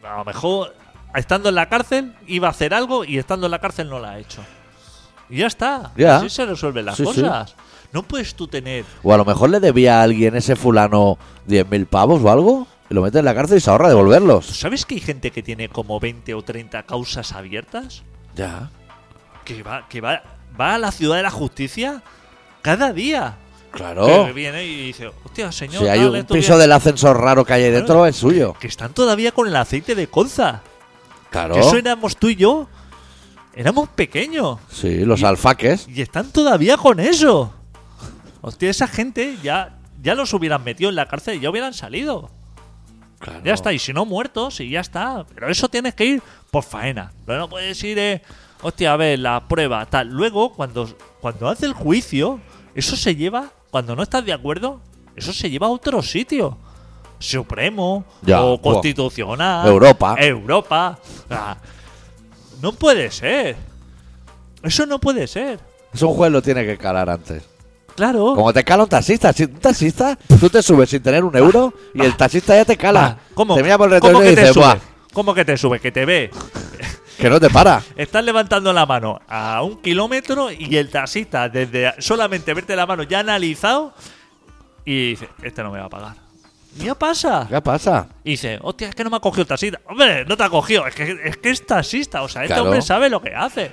A lo mejor estando en la cárcel iba a hacer algo y estando en la cárcel no la ha hecho. Y ya está.
Ya.
Así se resuelven las
Sí, sí.
cosas. No puedes tú tener.
O a lo mejor le debía a alguien ese fulano 10.000 pavos o algo. Y lo mete en la cárcel y se ahorra devolverlos.
¿Sabes que hay gente que tiene como 20 o 30 causas abiertas?
Ya.
Que va, que va, va a la ciudad de la justicia cada día.
Claro.
Que viene y dice, hostia, señor,
Si hay
tal,
un
esto
piso
bien".
del ascensor raro que hay ahí dentro, es suyo.
Que están todavía con el aceite de colza.
Claro.
Que eso éramos tú y yo. Éramos pequeños.
Sí, los
Y-
alfaques.
Y están todavía con eso. Hostia, esa gente ya, ya los hubieran metido en la cárcel y ya hubieran salido.
Claro.
Ya está. Y si no, muertos y ya está. Pero eso tienes que ir por faena. Pero no puedes ir, eh, hostia, a ver, la prueba, tal. Luego, cuando, cuando hace el juicio, eso se lleva, cuando no estás de acuerdo, eso se lleva a otro sitio. supremo
Ya,
o
buah.
constitucional.
Europa.
Europa. Ah, no puede ser. Eso no puede ser.
Eso un juez lo tiene que calar antes.
Claro.
Como te cala un taxista. Si un taxista, tú te subes sin tener un euro y el taxista ya te cala.
Ah, ¿Cómo,
Te mira por el
¿cómo
retrovisor
que
y
te
dice,
sube?
"Buah,
¿Cómo que te sube? Que te ve.
que no te para.
Estás levantando la mano a un kilómetro y el taxista, desde solamente verte la mano, ya ha analizado y dice: Este no me va a pagar. Ya pasa.
¿Qué pasa?
Y dice, hostia, es que no me ha cogido el taxista. Hombre, no te ha cogido. Es que es, que es taxista. O sea, este
Claro.
hombre sabe lo que hace.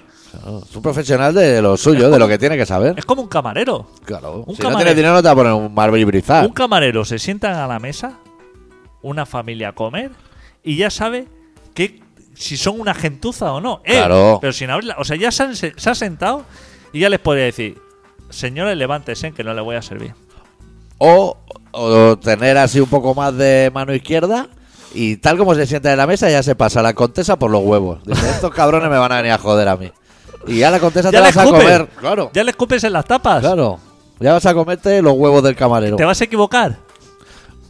Es un profesional de lo suyo, de lo que tiene que saber.
Es como un camarero.
Claro.
un
si no
camarero.
tienes dinero, no te va a poner un barbell y brizar.
Un camarero se sienta a la mesa, una familia a comer, y ya sabe que si son una gentuza o no. Eh,
Claro.
Pero sin abrirla. O sea, ya se, han- se- se ha sentado y ya les podría decir, señores, levántese, que no le voy a servir.
O, o tener así un poco más de mano izquierda y tal como se sienta en la mesa ya se pasa la contesa por los huevos. Dice, estos cabrones me van a venir a joder a mí. Y ya la contesa
Ya
te
le
vas a
escupes.
comer. Claro.
Ya le escupes en las tapas.
Claro. Ya vas a comerte los huevos del camarero.
Te vas a equivocar.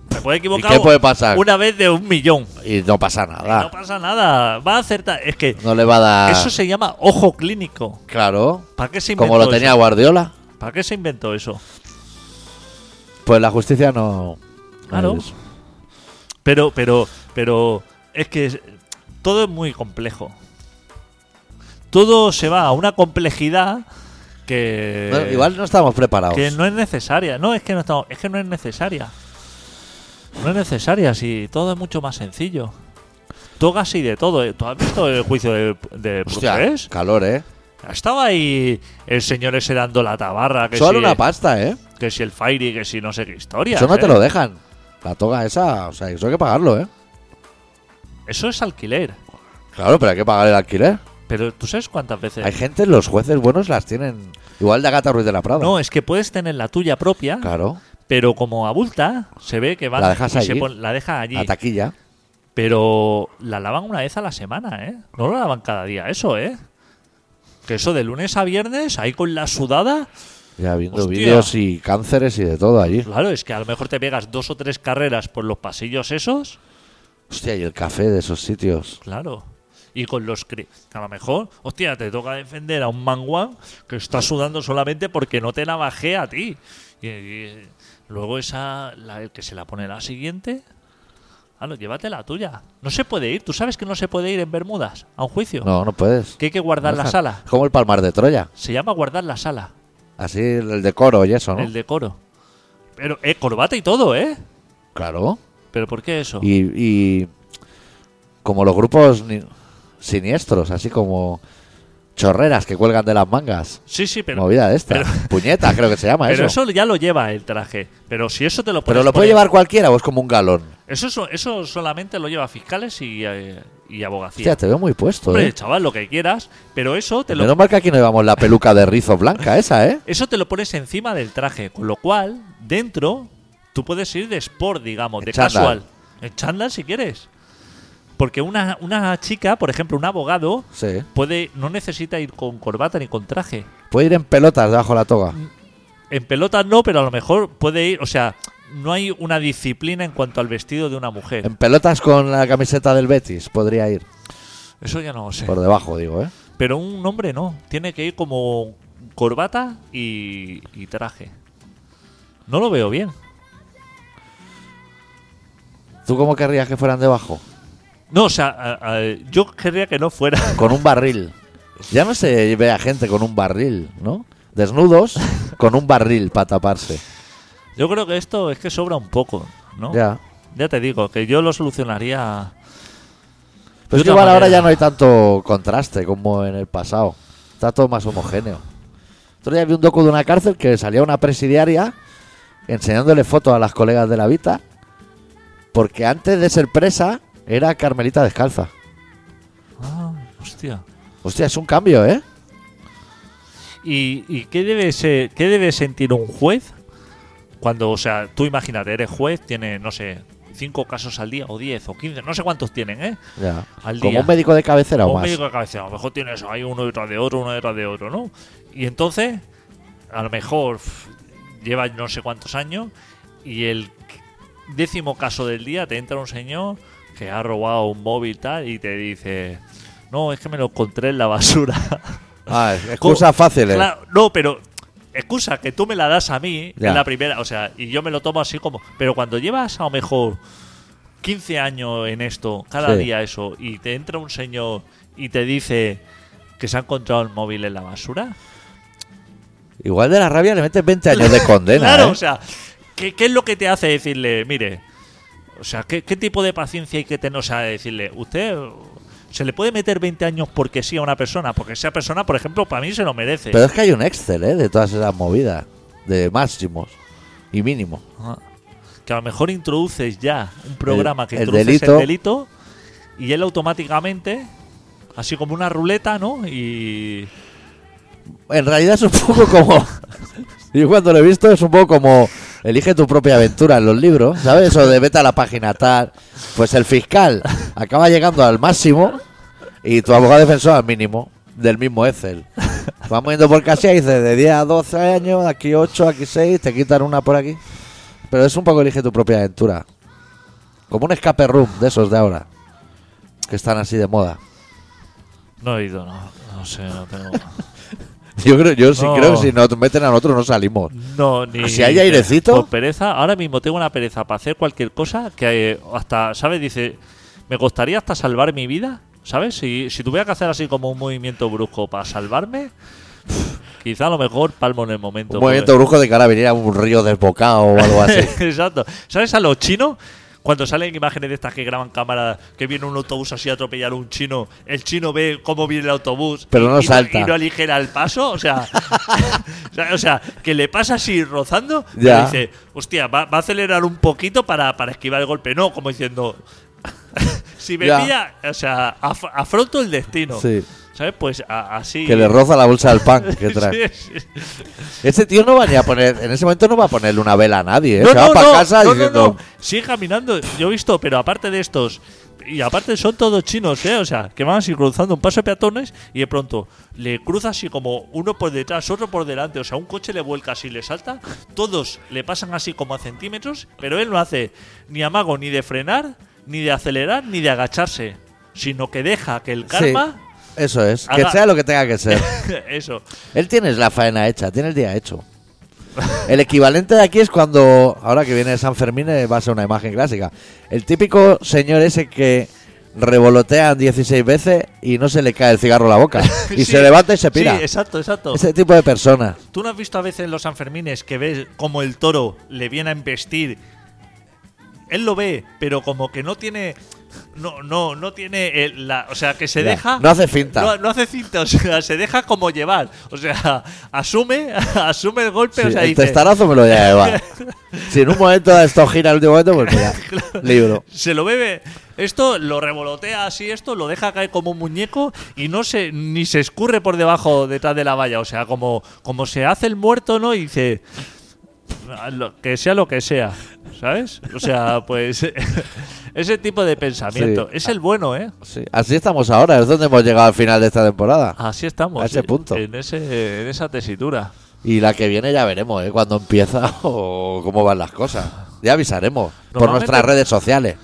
Me puede equivocar
qué puede pasar? Ah.
una vez de un millón.
Y no pasa
No
nada.
pasa nada, va a acertar. Es que
No le va a dar.
eso se llama ojo clínico.
Claro.
¿Para qué se inventó
Como lo tenía
eso?
Guardiola.
¿Para qué se inventó eso?
Pues la justicia no. no
Claro.
es eso.
Pero, pero, pero es que es- todo es muy complejo. Todo se va a una complejidad que
Bueno, igual no estamos preparados.
Eh, que no es necesaria. No es que no estamos, es que no es necesaria. No es necesaria. Si todo es mucho más sencillo. Todo casi de todo. ¿eh? ¿Tú has visto el juicio de, de
Hostia,
Bruselas?
calor, ¿eh?
Estaba ahí el señor ese dando la tabarra, que,
Solo
si,
una pasta, ¿eh?
que si el Fairy, que si no sé qué historia. ¿eh?
Eso no te lo dejan. La toga esa, o sea, eso hay que pagarlo, ¿eh?
Eso es alquiler.
Claro, pero hay que pagar el alquiler.
Pero tú sabes cuántas veces.
Hay gente, los jueces buenos las tienen. Igual de Agata Ruiz de la Prada.
No, ¿eh? es que puedes tener la tuya propia,
claro,
pero como abulta, se ve que van
La dejas
y se
allí.
pon- la dejas allí.
la taquilla.
Pero la lavan una vez a la semana, ¿eh? No lo lavan cada día, eso, ¿eh? Que eso de lunes a viernes, ahí con la sudada.
Ya viendo
Hostia.
vídeos y cánceres y de todo allí.
Claro, es que a lo mejor te pegas dos o tres carreras por los pasillos esos.
Hostia, y el café de esos sitios.
Claro. Y con los cri que a lo mejor, hostia, te toca defender a un manguán que está sudando solamente porque no te la bajé a ti. Y, y luego esa, la, el que se la pone la siguiente, claro, llévate la tuya. No se puede ir, tú sabes que no se puede ir en Bermudas a un juicio.
No, no puedes.
Que hay que guardar la
Dejan.
sala.
Es Como el palmar de Troya.
Se llama guardar la sala,
Así el decoro y eso, ¿no?
el decoro. Pero, eh, corbata y todo, ¿eh?
Claro.
¿Pero por qué eso?
Y, y como los grupos ni- siniestros, así como chorreras que cuelgan de las mangas.
sí, sí, pero.
Movida de esta.
pero-
Puñeta, creo que se llama
(laughs) pero
eso.
eso ya lo lleva el traje. Pero si eso te lo
Pero
puedes
lo puede
poner-
llevar cualquiera o es como un galón.
Eso, so- eso solamente lo lleva fiscales y, eh, y abogacía.
Hostia, te veo muy puesto,
Hombre,
¿eh?
chaval, lo que quieras, pero eso te lo,
Menos mal que aquí no llevamos la peluca de rizo blanca esa, ¿eh?
eso te lo pones encima del traje, con lo cual, dentro, tú puedes ir de sport, digamos,
En
de
chándal.
casual. En chándal si quieres. Porque una, una chica, por ejemplo, un abogado,
Sí.
puede no necesita ir con corbata ni con traje.
Puede ir en pelotas debajo de la toga.
Mm. En pelotas no, pero a lo mejor puede ir, o sea, no hay una disciplina en cuanto al vestido de una mujer.
En pelotas con la camiseta del Betis podría ir.
Eso ya no lo sé.
Por debajo, digo, ¿eh?
Pero un hombre no, tiene que ir como corbata y, y traje. No lo veo bien.
¿Tú cómo querrías que fueran debajo?
No, o sea, a- a- yo querría que no fuera. (laughs)
Con un barril. Ya no se ve a gente con un barril, ¿no? Desnudos con un barril para taparse.
Yo creo que esto es que sobra un poco, ¿no?
Ya.
Ya te digo, que yo lo solucionaría.
Pero es que
de otra
Pues igual ahora
manera.
ya no hay tanto contraste como en el pasado. Está todo más homogéneo. Otro día vi un docu de una cárcel que salía una presidiaria enseñándole fotos a las colegas de la Vita. Porque antes de ser presa era Carmelita descalza.
Ah, hostia.
Hostia, es un cambio, ¿eh?
¿Y, y qué, debe ser, qué debe sentir un juez cuando, o sea, tú imagínate, eres juez, tiene, no sé, cinco casos al día, o 10, o 15, no sé cuántos tienen, ¿eh?
Ya.
Al
Como
día.
un médico de cabecera o
un
más.
médico de cabecera, a lo mejor tienes ahí uno detrás de otro, uno detrás de otro, ¿no? Y entonces, a lo mejor pf, lleva no sé cuántos años y el décimo caso del día te entra un señor que ha robado un móvil tal y te dice, no, es que me lo encontré en la basura. (laughs)
Ah, excusas fáciles.
Claro, no, pero excusa que tú me la das a mí
Ya.
en la primera, o sea, y yo me lo tomo así como, pero cuando llevas a lo mejor 15 años en esto, cada
Sí.
día eso, y te entra un señor y te dice que se ha encontrado el móvil en la basura.
Igual de la rabia le metes 20 años
(laughs)
de condena.
claro,
¿eh?
o sea, ¿qué, qué es lo que te hace decirle, mire, o sea, ¿qué, qué tipo de paciencia hay que tener? O sea, decirle, usted se le puede meter 20 años porque sí a una persona, porque esa persona, por ejemplo, para mí se lo merece.
Pero es que hay un Excel, ¿eh? De todas esas movidas. De máximos y mínimos.
Ajá. Que a lo mejor introduces ya un programa que
el
introduces
delito.
el delito y él automáticamente, así como una ruleta, ¿no? Y.
En realidad es un poco como. (laughs) Yo cuando lo he visto es un poco como. Elige tu propia aventura en los libros, ¿sabes? Eso de vete a la página tal. Pues el fiscal acaba llegando al máximo y tu abogado defensor al mínimo, del mismo Excel. Vamos yendo por casi y dices de 10 a 12 años, de aquí 8, aquí 6, te quitan una por aquí. Pero es un poco elige tu propia aventura. Como un escape room de esos de ahora, que están así de moda.
No he ido, no. No sé, no
(laughs)
tengo.
Yo creo, yo sí
No.
creo que si nos meten a nosotros no salimos.
No, ni.
Si ¿Ah, hay airecito.
Por pereza, ahora mismo tengo una pereza para hacer cualquier cosa que eh, hasta, ¿sabes? Dice, me costaría hasta salvar mi vida, ¿sabes? Si, si tuviera que hacer así como un movimiento brusco para salvarme, quizá a lo mejor palmo en el momento. pues.
Un
porque-
movimiento brujo de cara a venir a un río desbocado o algo
(laughs)
así.
Exacto. ¿Sabes a los chinos? Cuando salen imágenes de estas que graban cámara, que viene un autobús así a atropellar a un chino, el chino ve cómo viene el autobús.
Pero
y-
no
y
salta.
Y no aligera el paso, o sea. (laughs) o sea- o sea, que le pasa así rozando. pero
Ya.
dice, hostia, va, va a acelerar un poquito para, para esquivar el golpe. No, como diciendo. (laughs) si me
Ya.
pilla, o sea, af- afronto el destino.
Sí.
¿Sabes? Pues a- así. (laughs)
Que le roza la bolsa del pan que trae.
Sí, sí.
Ese tío no va ni a poner, en ese momento no va a ponerle una vela a nadie. ¿eh?
No,
Se va
no,
para
no,
casa
no, no,
diciendo.
no. Sigue caminando. Yo he visto, pero aparte de estos. Y aparte son todos chinos, ¿eh? O sea, que van así cruzando un paso de peatones y de pronto le cruza así como uno por detrás, otro por delante. O sea, un coche le vuelca así, le salta. Todos le pasan así como a centímetros, pero él no hace ni amago ni de frenar, ni de acelerar, ni de agacharse. Sino que deja que el
Sí,
karma...
eso es. Que
Haga-
sea lo que tenga que ser.
(laughs) Eso.
Él tiene la faena hecha, tiene el día hecho. El equivalente de aquí es cuando, ahora que viene San Fermín, eh, va a ser una imagen clásica. El típico señor ese que revolotean 16 veces y no se le cae el cigarro a la
(laughs)
boca. Y
Sí,
se levanta y se pira.
Sí, exacto, exacto.
Ese tipo de personas.
¿Tú no has visto a veces en los Sanfermines que ves como el toro le viene a embestir? Él lo ve, pero como que no tiene. No, no, no tiene el- la. O sea, que se
Ya,
deja.
no hace finta.
No, no hace cinta, (laughs) o sea, se deja como llevar. O sea, asume, (laughs) asume el golpe,
Sí,
o sea,
el
dice,
testarazo me lo voy a
(laughs)
llevar. si en un momento dado esto gira al último momento, pues mira, libro.
Se lo bebe. Esto lo revolotea así, esto lo deja caer como un muñeco y no se ni se escurre por debajo detrás de la valla. O sea, como, como se hace el muerto, ¿no? Y dice. "A lo- Que sea lo que sea. ¿Sabes? O sea, pues. (laughs) ese tipo de pensamiento.
Sí.
Es el bueno, ¿eh?
Sí, así estamos ahora, es donde hemos llegado al final de esta temporada.
Así estamos.
A ese
sí,
punto.
En, ese, en esa tesitura.
Y la que viene ya veremos, ¿eh? Cuando empieza (laughs) o cómo van las cosas. Ya avisaremos por
Normalmente-
nuestras redes sociales.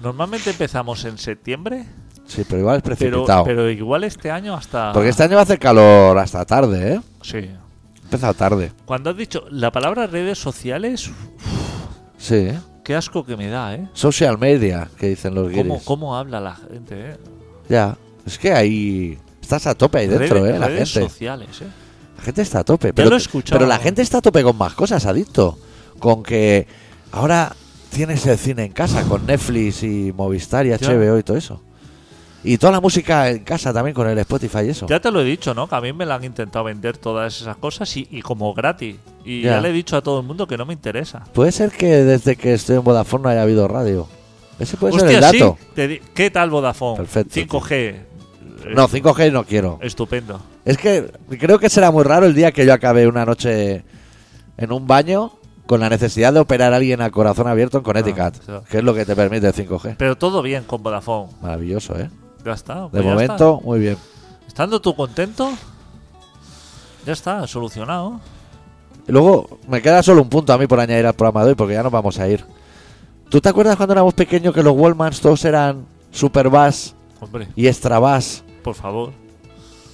Normalmente empezamos en septiembre,
Sí, pero igual es
pero,
precipitado.
pero igual este año hasta.
Porque este año va a hacer calor hasta tarde, ¿eh?
Sí.
Ha empezado tarde.
Cuando has dicho la palabra redes sociales,
Sí, ¿eh?
qué asco que me da, ¿eh?
Social media, que dicen los
¿Cómo,
guiris.
cómo habla la gente? Eh?
Ya, es que ahí estás a tope ahí dentro,
redes,
¿eh? La
redes
gente.
sociales, ¿eh?
La gente está a tope. Pero,
lo he escuchado.
Pero la gente está a tope con más cosas, adicto. Con que ahora tienes el cine en casa, con Netflix y Movistar y HBO y todo eso. Y toda la música en casa también con el Spotify y eso.
Ya te lo he dicho, ¿no? Que a mí me la han intentado vender todas esas cosas y, y como gratis. Y
Ya.
ya. le he dicho a todo el mundo que no me interesa.
Puede ser que desde que estoy en Vodafone no haya habido radio. Ese puede ser
Hostia,
el dato.
sí. te di- ¿Qué tal Vodafone?
Perfecto,
5G. eh,
No, 5G no quiero.
Estupendo.
Es que creo que será muy raro el día que yo acabe una noche en un baño con la necesidad de operar a alguien a corazón abierto en Connecticut,
claro.
que es lo que te permite el 5G.
Pero todo bien con Vodafone.
Maravilloso, ¿eh?
Ya está.
De
pues ya
momento, muy bien.
está. Estando tú contento, ya está, solucionado.
Y Luego, me queda solo un punto a mí por añadir al programa de hoy, porque ya nos vamos a ir. ¿Tú te acuerdas cuando éramos pequeños que los Wallmans todos eran Superbass
Hombre,
y Extrabass?
por favor.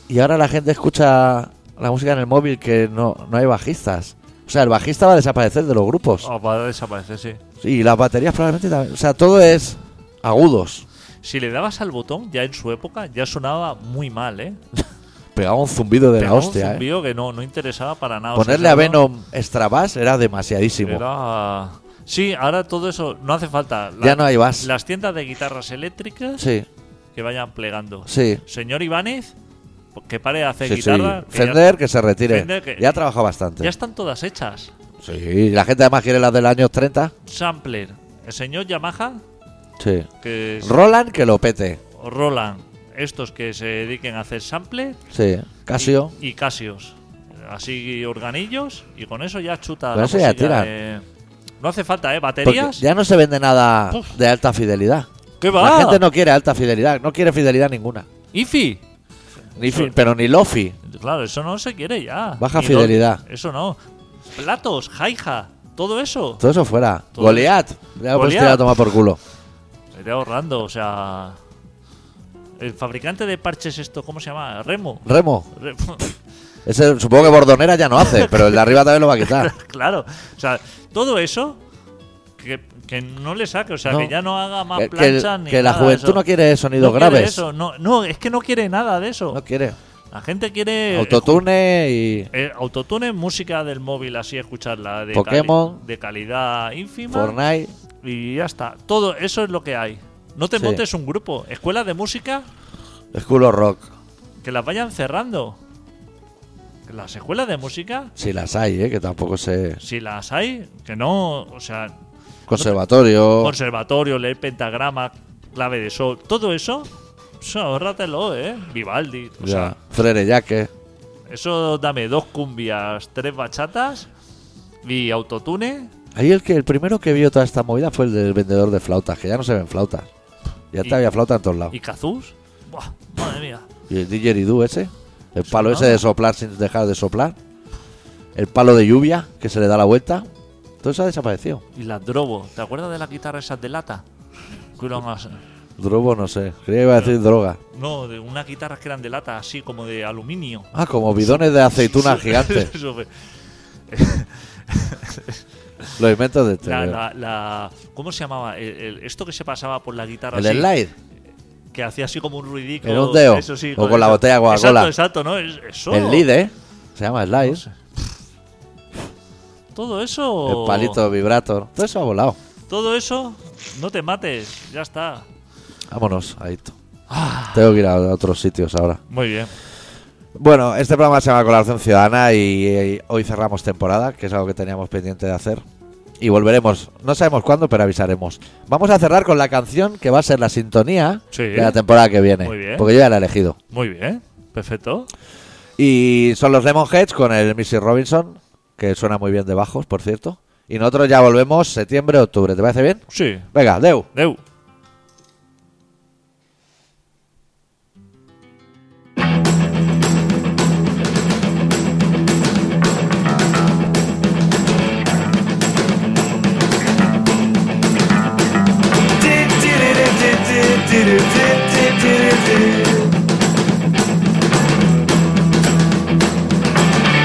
Y ahora la gente escucha la música en el móvil que no, no hay bajistas. O sea, el bajista va a desaparecer de los grupos.
Ah, va a desaparecer, sí.
Y las baterías probablemente también. O sea, todo es agudos.
Si le dabas al botón, ya en su época, ya sonaba muy mal, ¿eh?
Pegaba un zumbido de
Pegaba
la
un
hostia, ¿eh?
zumbido que no, no interesaba para nada. O sea,
Ponerle a
sonaba-
Venom Extrabass era demasiadísimo.
Era- Sí, ahora todo eso no hace falta. La-
Ya no hay bass.
Las tiendas de guitarras eléctricas
Sí,
que vayan plegando.
sí.
Señor Ibáñez, que pare de hacer
Sí, sí.
guitarra. que ya-
Fender que se retire.
Fender que-
Ya ha trabajado bastante.
Ya, están todas hechas.
Sí, y la gente además quiere las del año 30.
Sampler. El señor Yamaha,
Sí.
que es
Roland que lo pete.
Roland. Estos que se dediquen a hacer sampler.
Sí. Casio.
Y, y Casios. Así organillos. Y con eso ya chuta.
Con
la
eso ya
música,
tiran.
eh. No hace falta, ¿eh?
Porque
Baterías.
ya no se vende nada
Uf.
de alta fidelidad.
¿Qué va?
La gente no quiere alta fidelidad, no quiere fidelidad ninguna.
IFI.
Ni fi-
Sí.
pero ni lofi.
Claro, eso no se quiere ya.
Baja
Ni
fidelidad.
do- Eso no. Platos, jaija, todo eso.
Todo eso fuera.
Todo
Goliath. Ya pues
Goliat.
te la toma por culo.
Iré ahorrando, o sea. El fabricante de parches, esto, ¿cómo se llama? Remo.
Remo.
Remo.
Ese, supongo que Bordonera ya no hace, pero el de arriba también lo va a quitar.
(laughs) claro. O sea, todo eso. Que, que no le saque, o sea,
No.
que ya no haga
(laughs)
más
Que, que el-
planchas ni
que la
nada de
juventud
eso.
no quiere sonidos
No quiere
graves.
eso, No, no, es que no quiere nada de eso.
No quiere.
La gente quiere.
Autotune y
eh, autotune, música del móvil, así escucharla. De cali-
Pokémon.
de calidad ínfima.
Fortnite.
Y ya está. Todo eso es lo que hay. No te
Sí.
montes un grupo. Escuelas de música
Es culo rock.
que las vayan cerrando. Que Las escuelas de música,
Si las hay, ¿eh? que tampoco sé.
si las hay, que no. O sea,
Conservatorio.
conservatorio, leer pentagrama, clave de sol, todo eso. Eso ahórratelo, ¿eh? Vivaldi. O
ya.
sea,
Frere Jaque.
eso dame dos cumbias, tres bachatas y autotune.
Ahí el que el primero que vio toda esta movida fue el del vendedor de flautas, que ya no se ven flautas. Ya
Y-
te había flauta en todos lados.
¿Y Cazús? Buah, madre mía.
Y el didgeridoo ese, el palo
nada.
ese de soplar sin dejar de soplar, el palo de lluvia que se le da la vuelta, todo eso ha desaparecido.
Y las drobo. ¿Te acuerdas de las guitarras esas de lata? Que eran así.
Drogo no sé, creía que iba a decir droga.
No, de unas guitarras que eran de lata, así como de aluminio.
Ah, como bidones de aceituna
Eso-
gigantes,
(laughs) eso fue.
los inventos de este.
La-
veo.
la- la- ¿Cómo se llamaba? El- el- esto que se pasaba por la guitarra.
el
así,
slide,
Que hacía así como un ruidico.
En un dedo.
Eso sí,
O con la
eso.
botella de Coca-Cola.
Exacto, exacto, ¿no? Es- Eso.
el lead, ¿eh? Se llama slide,
Todo eso.
el palito vibrator, todo eso ha volado.
Todo eso, no te mates. Ya está.
Vámonos, ahí. Tengo que ir a a otros sitios ahora.
Muy bien.
Bueno, este programa se llama Colaboración Ciudadana y, eh, hoy cerramos temporada, que es algo que teníamos pendiente de hacer. Y volveremos, no sabemos cuándo, pero avisaremos. Vamos a cerrar con la canción que va a ser la sintonía
Sí.
de la temporada que viene.
Muy bien.
Porque yo ya la he elegido.
Muy bien. Perfecto.
Y son los Lemonheads con el Missy Robinson, que suena muy bien de bajos, por cierto. Y nosotros ya volvemos septiembre, octubre. ¿Te parece bien?
Sí.
Venga, Deu.
Deu.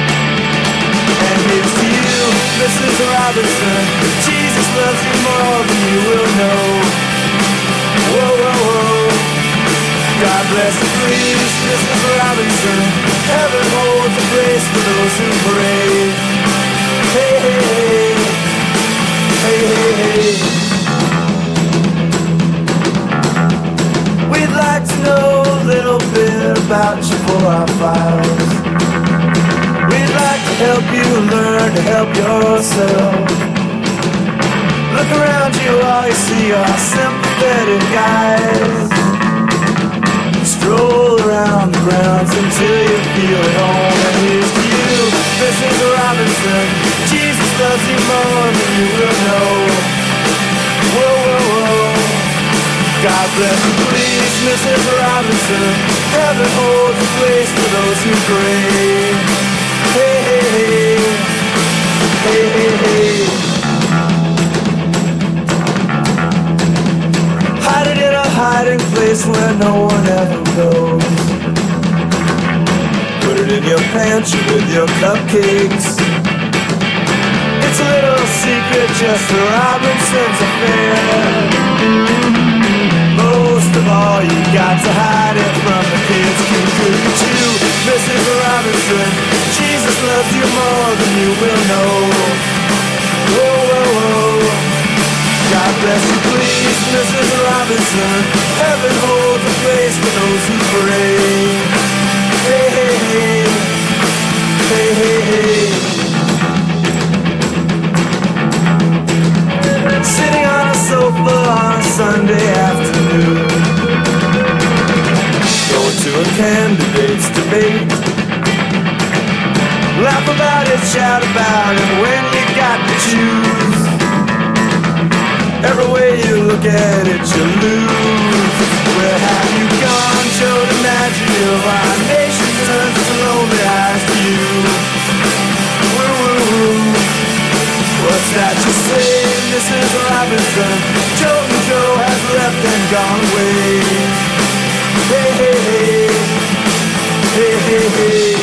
And it's you, Mrs. Robinson. Jesus loves you more than you will know. Whoa, whoa, whoa. God bless you, please, Mrs. Robinson. Heaven holds a place for those who pray. Hey, hey, hey. Hey, hey, hey. We'd like to know a little bit about you for our files. We'd like to help you learn to help yourself. Look around you, all you see are sympathetic eyes. Stroll around the grounds until you feel at home. And here's to you, Mrs. Robinson. Jesus loves you more than you will know. Whoa, whoa, whoa. God bless you, please, Mrs. Robinson. Heaven holds a place for those who pray. Hey, hey, hey. Hey, hey, hey. hiding place where no one ever goes. Put it in your pantry with your cupcakes. It's a little secret just for Robinson's affair. Most of all, you got to hide it from the kids. Keep good at you, Mrs. Robinson. Jesus loves you more than you will know. Whoa, whoa, whoa. God bless you, please, Mrs. Robinson. Heaven holds a place for those who pray. Hey, hey, hey. Hey, hey, hey. Sitting on a sofa on a Sunday afternoon. Going to a candidate's debate. Laugh about it, shout about it when you got to choose. Every way you look at it, you lose. Where have you gone? Show the magic of our nation turns its lonely eyes to you. Woo, woo, woo. What's that you say, Mrs. Robinson? Joe and Joe has left and gone away. Hey, hey, hey. Hey, hey, hey.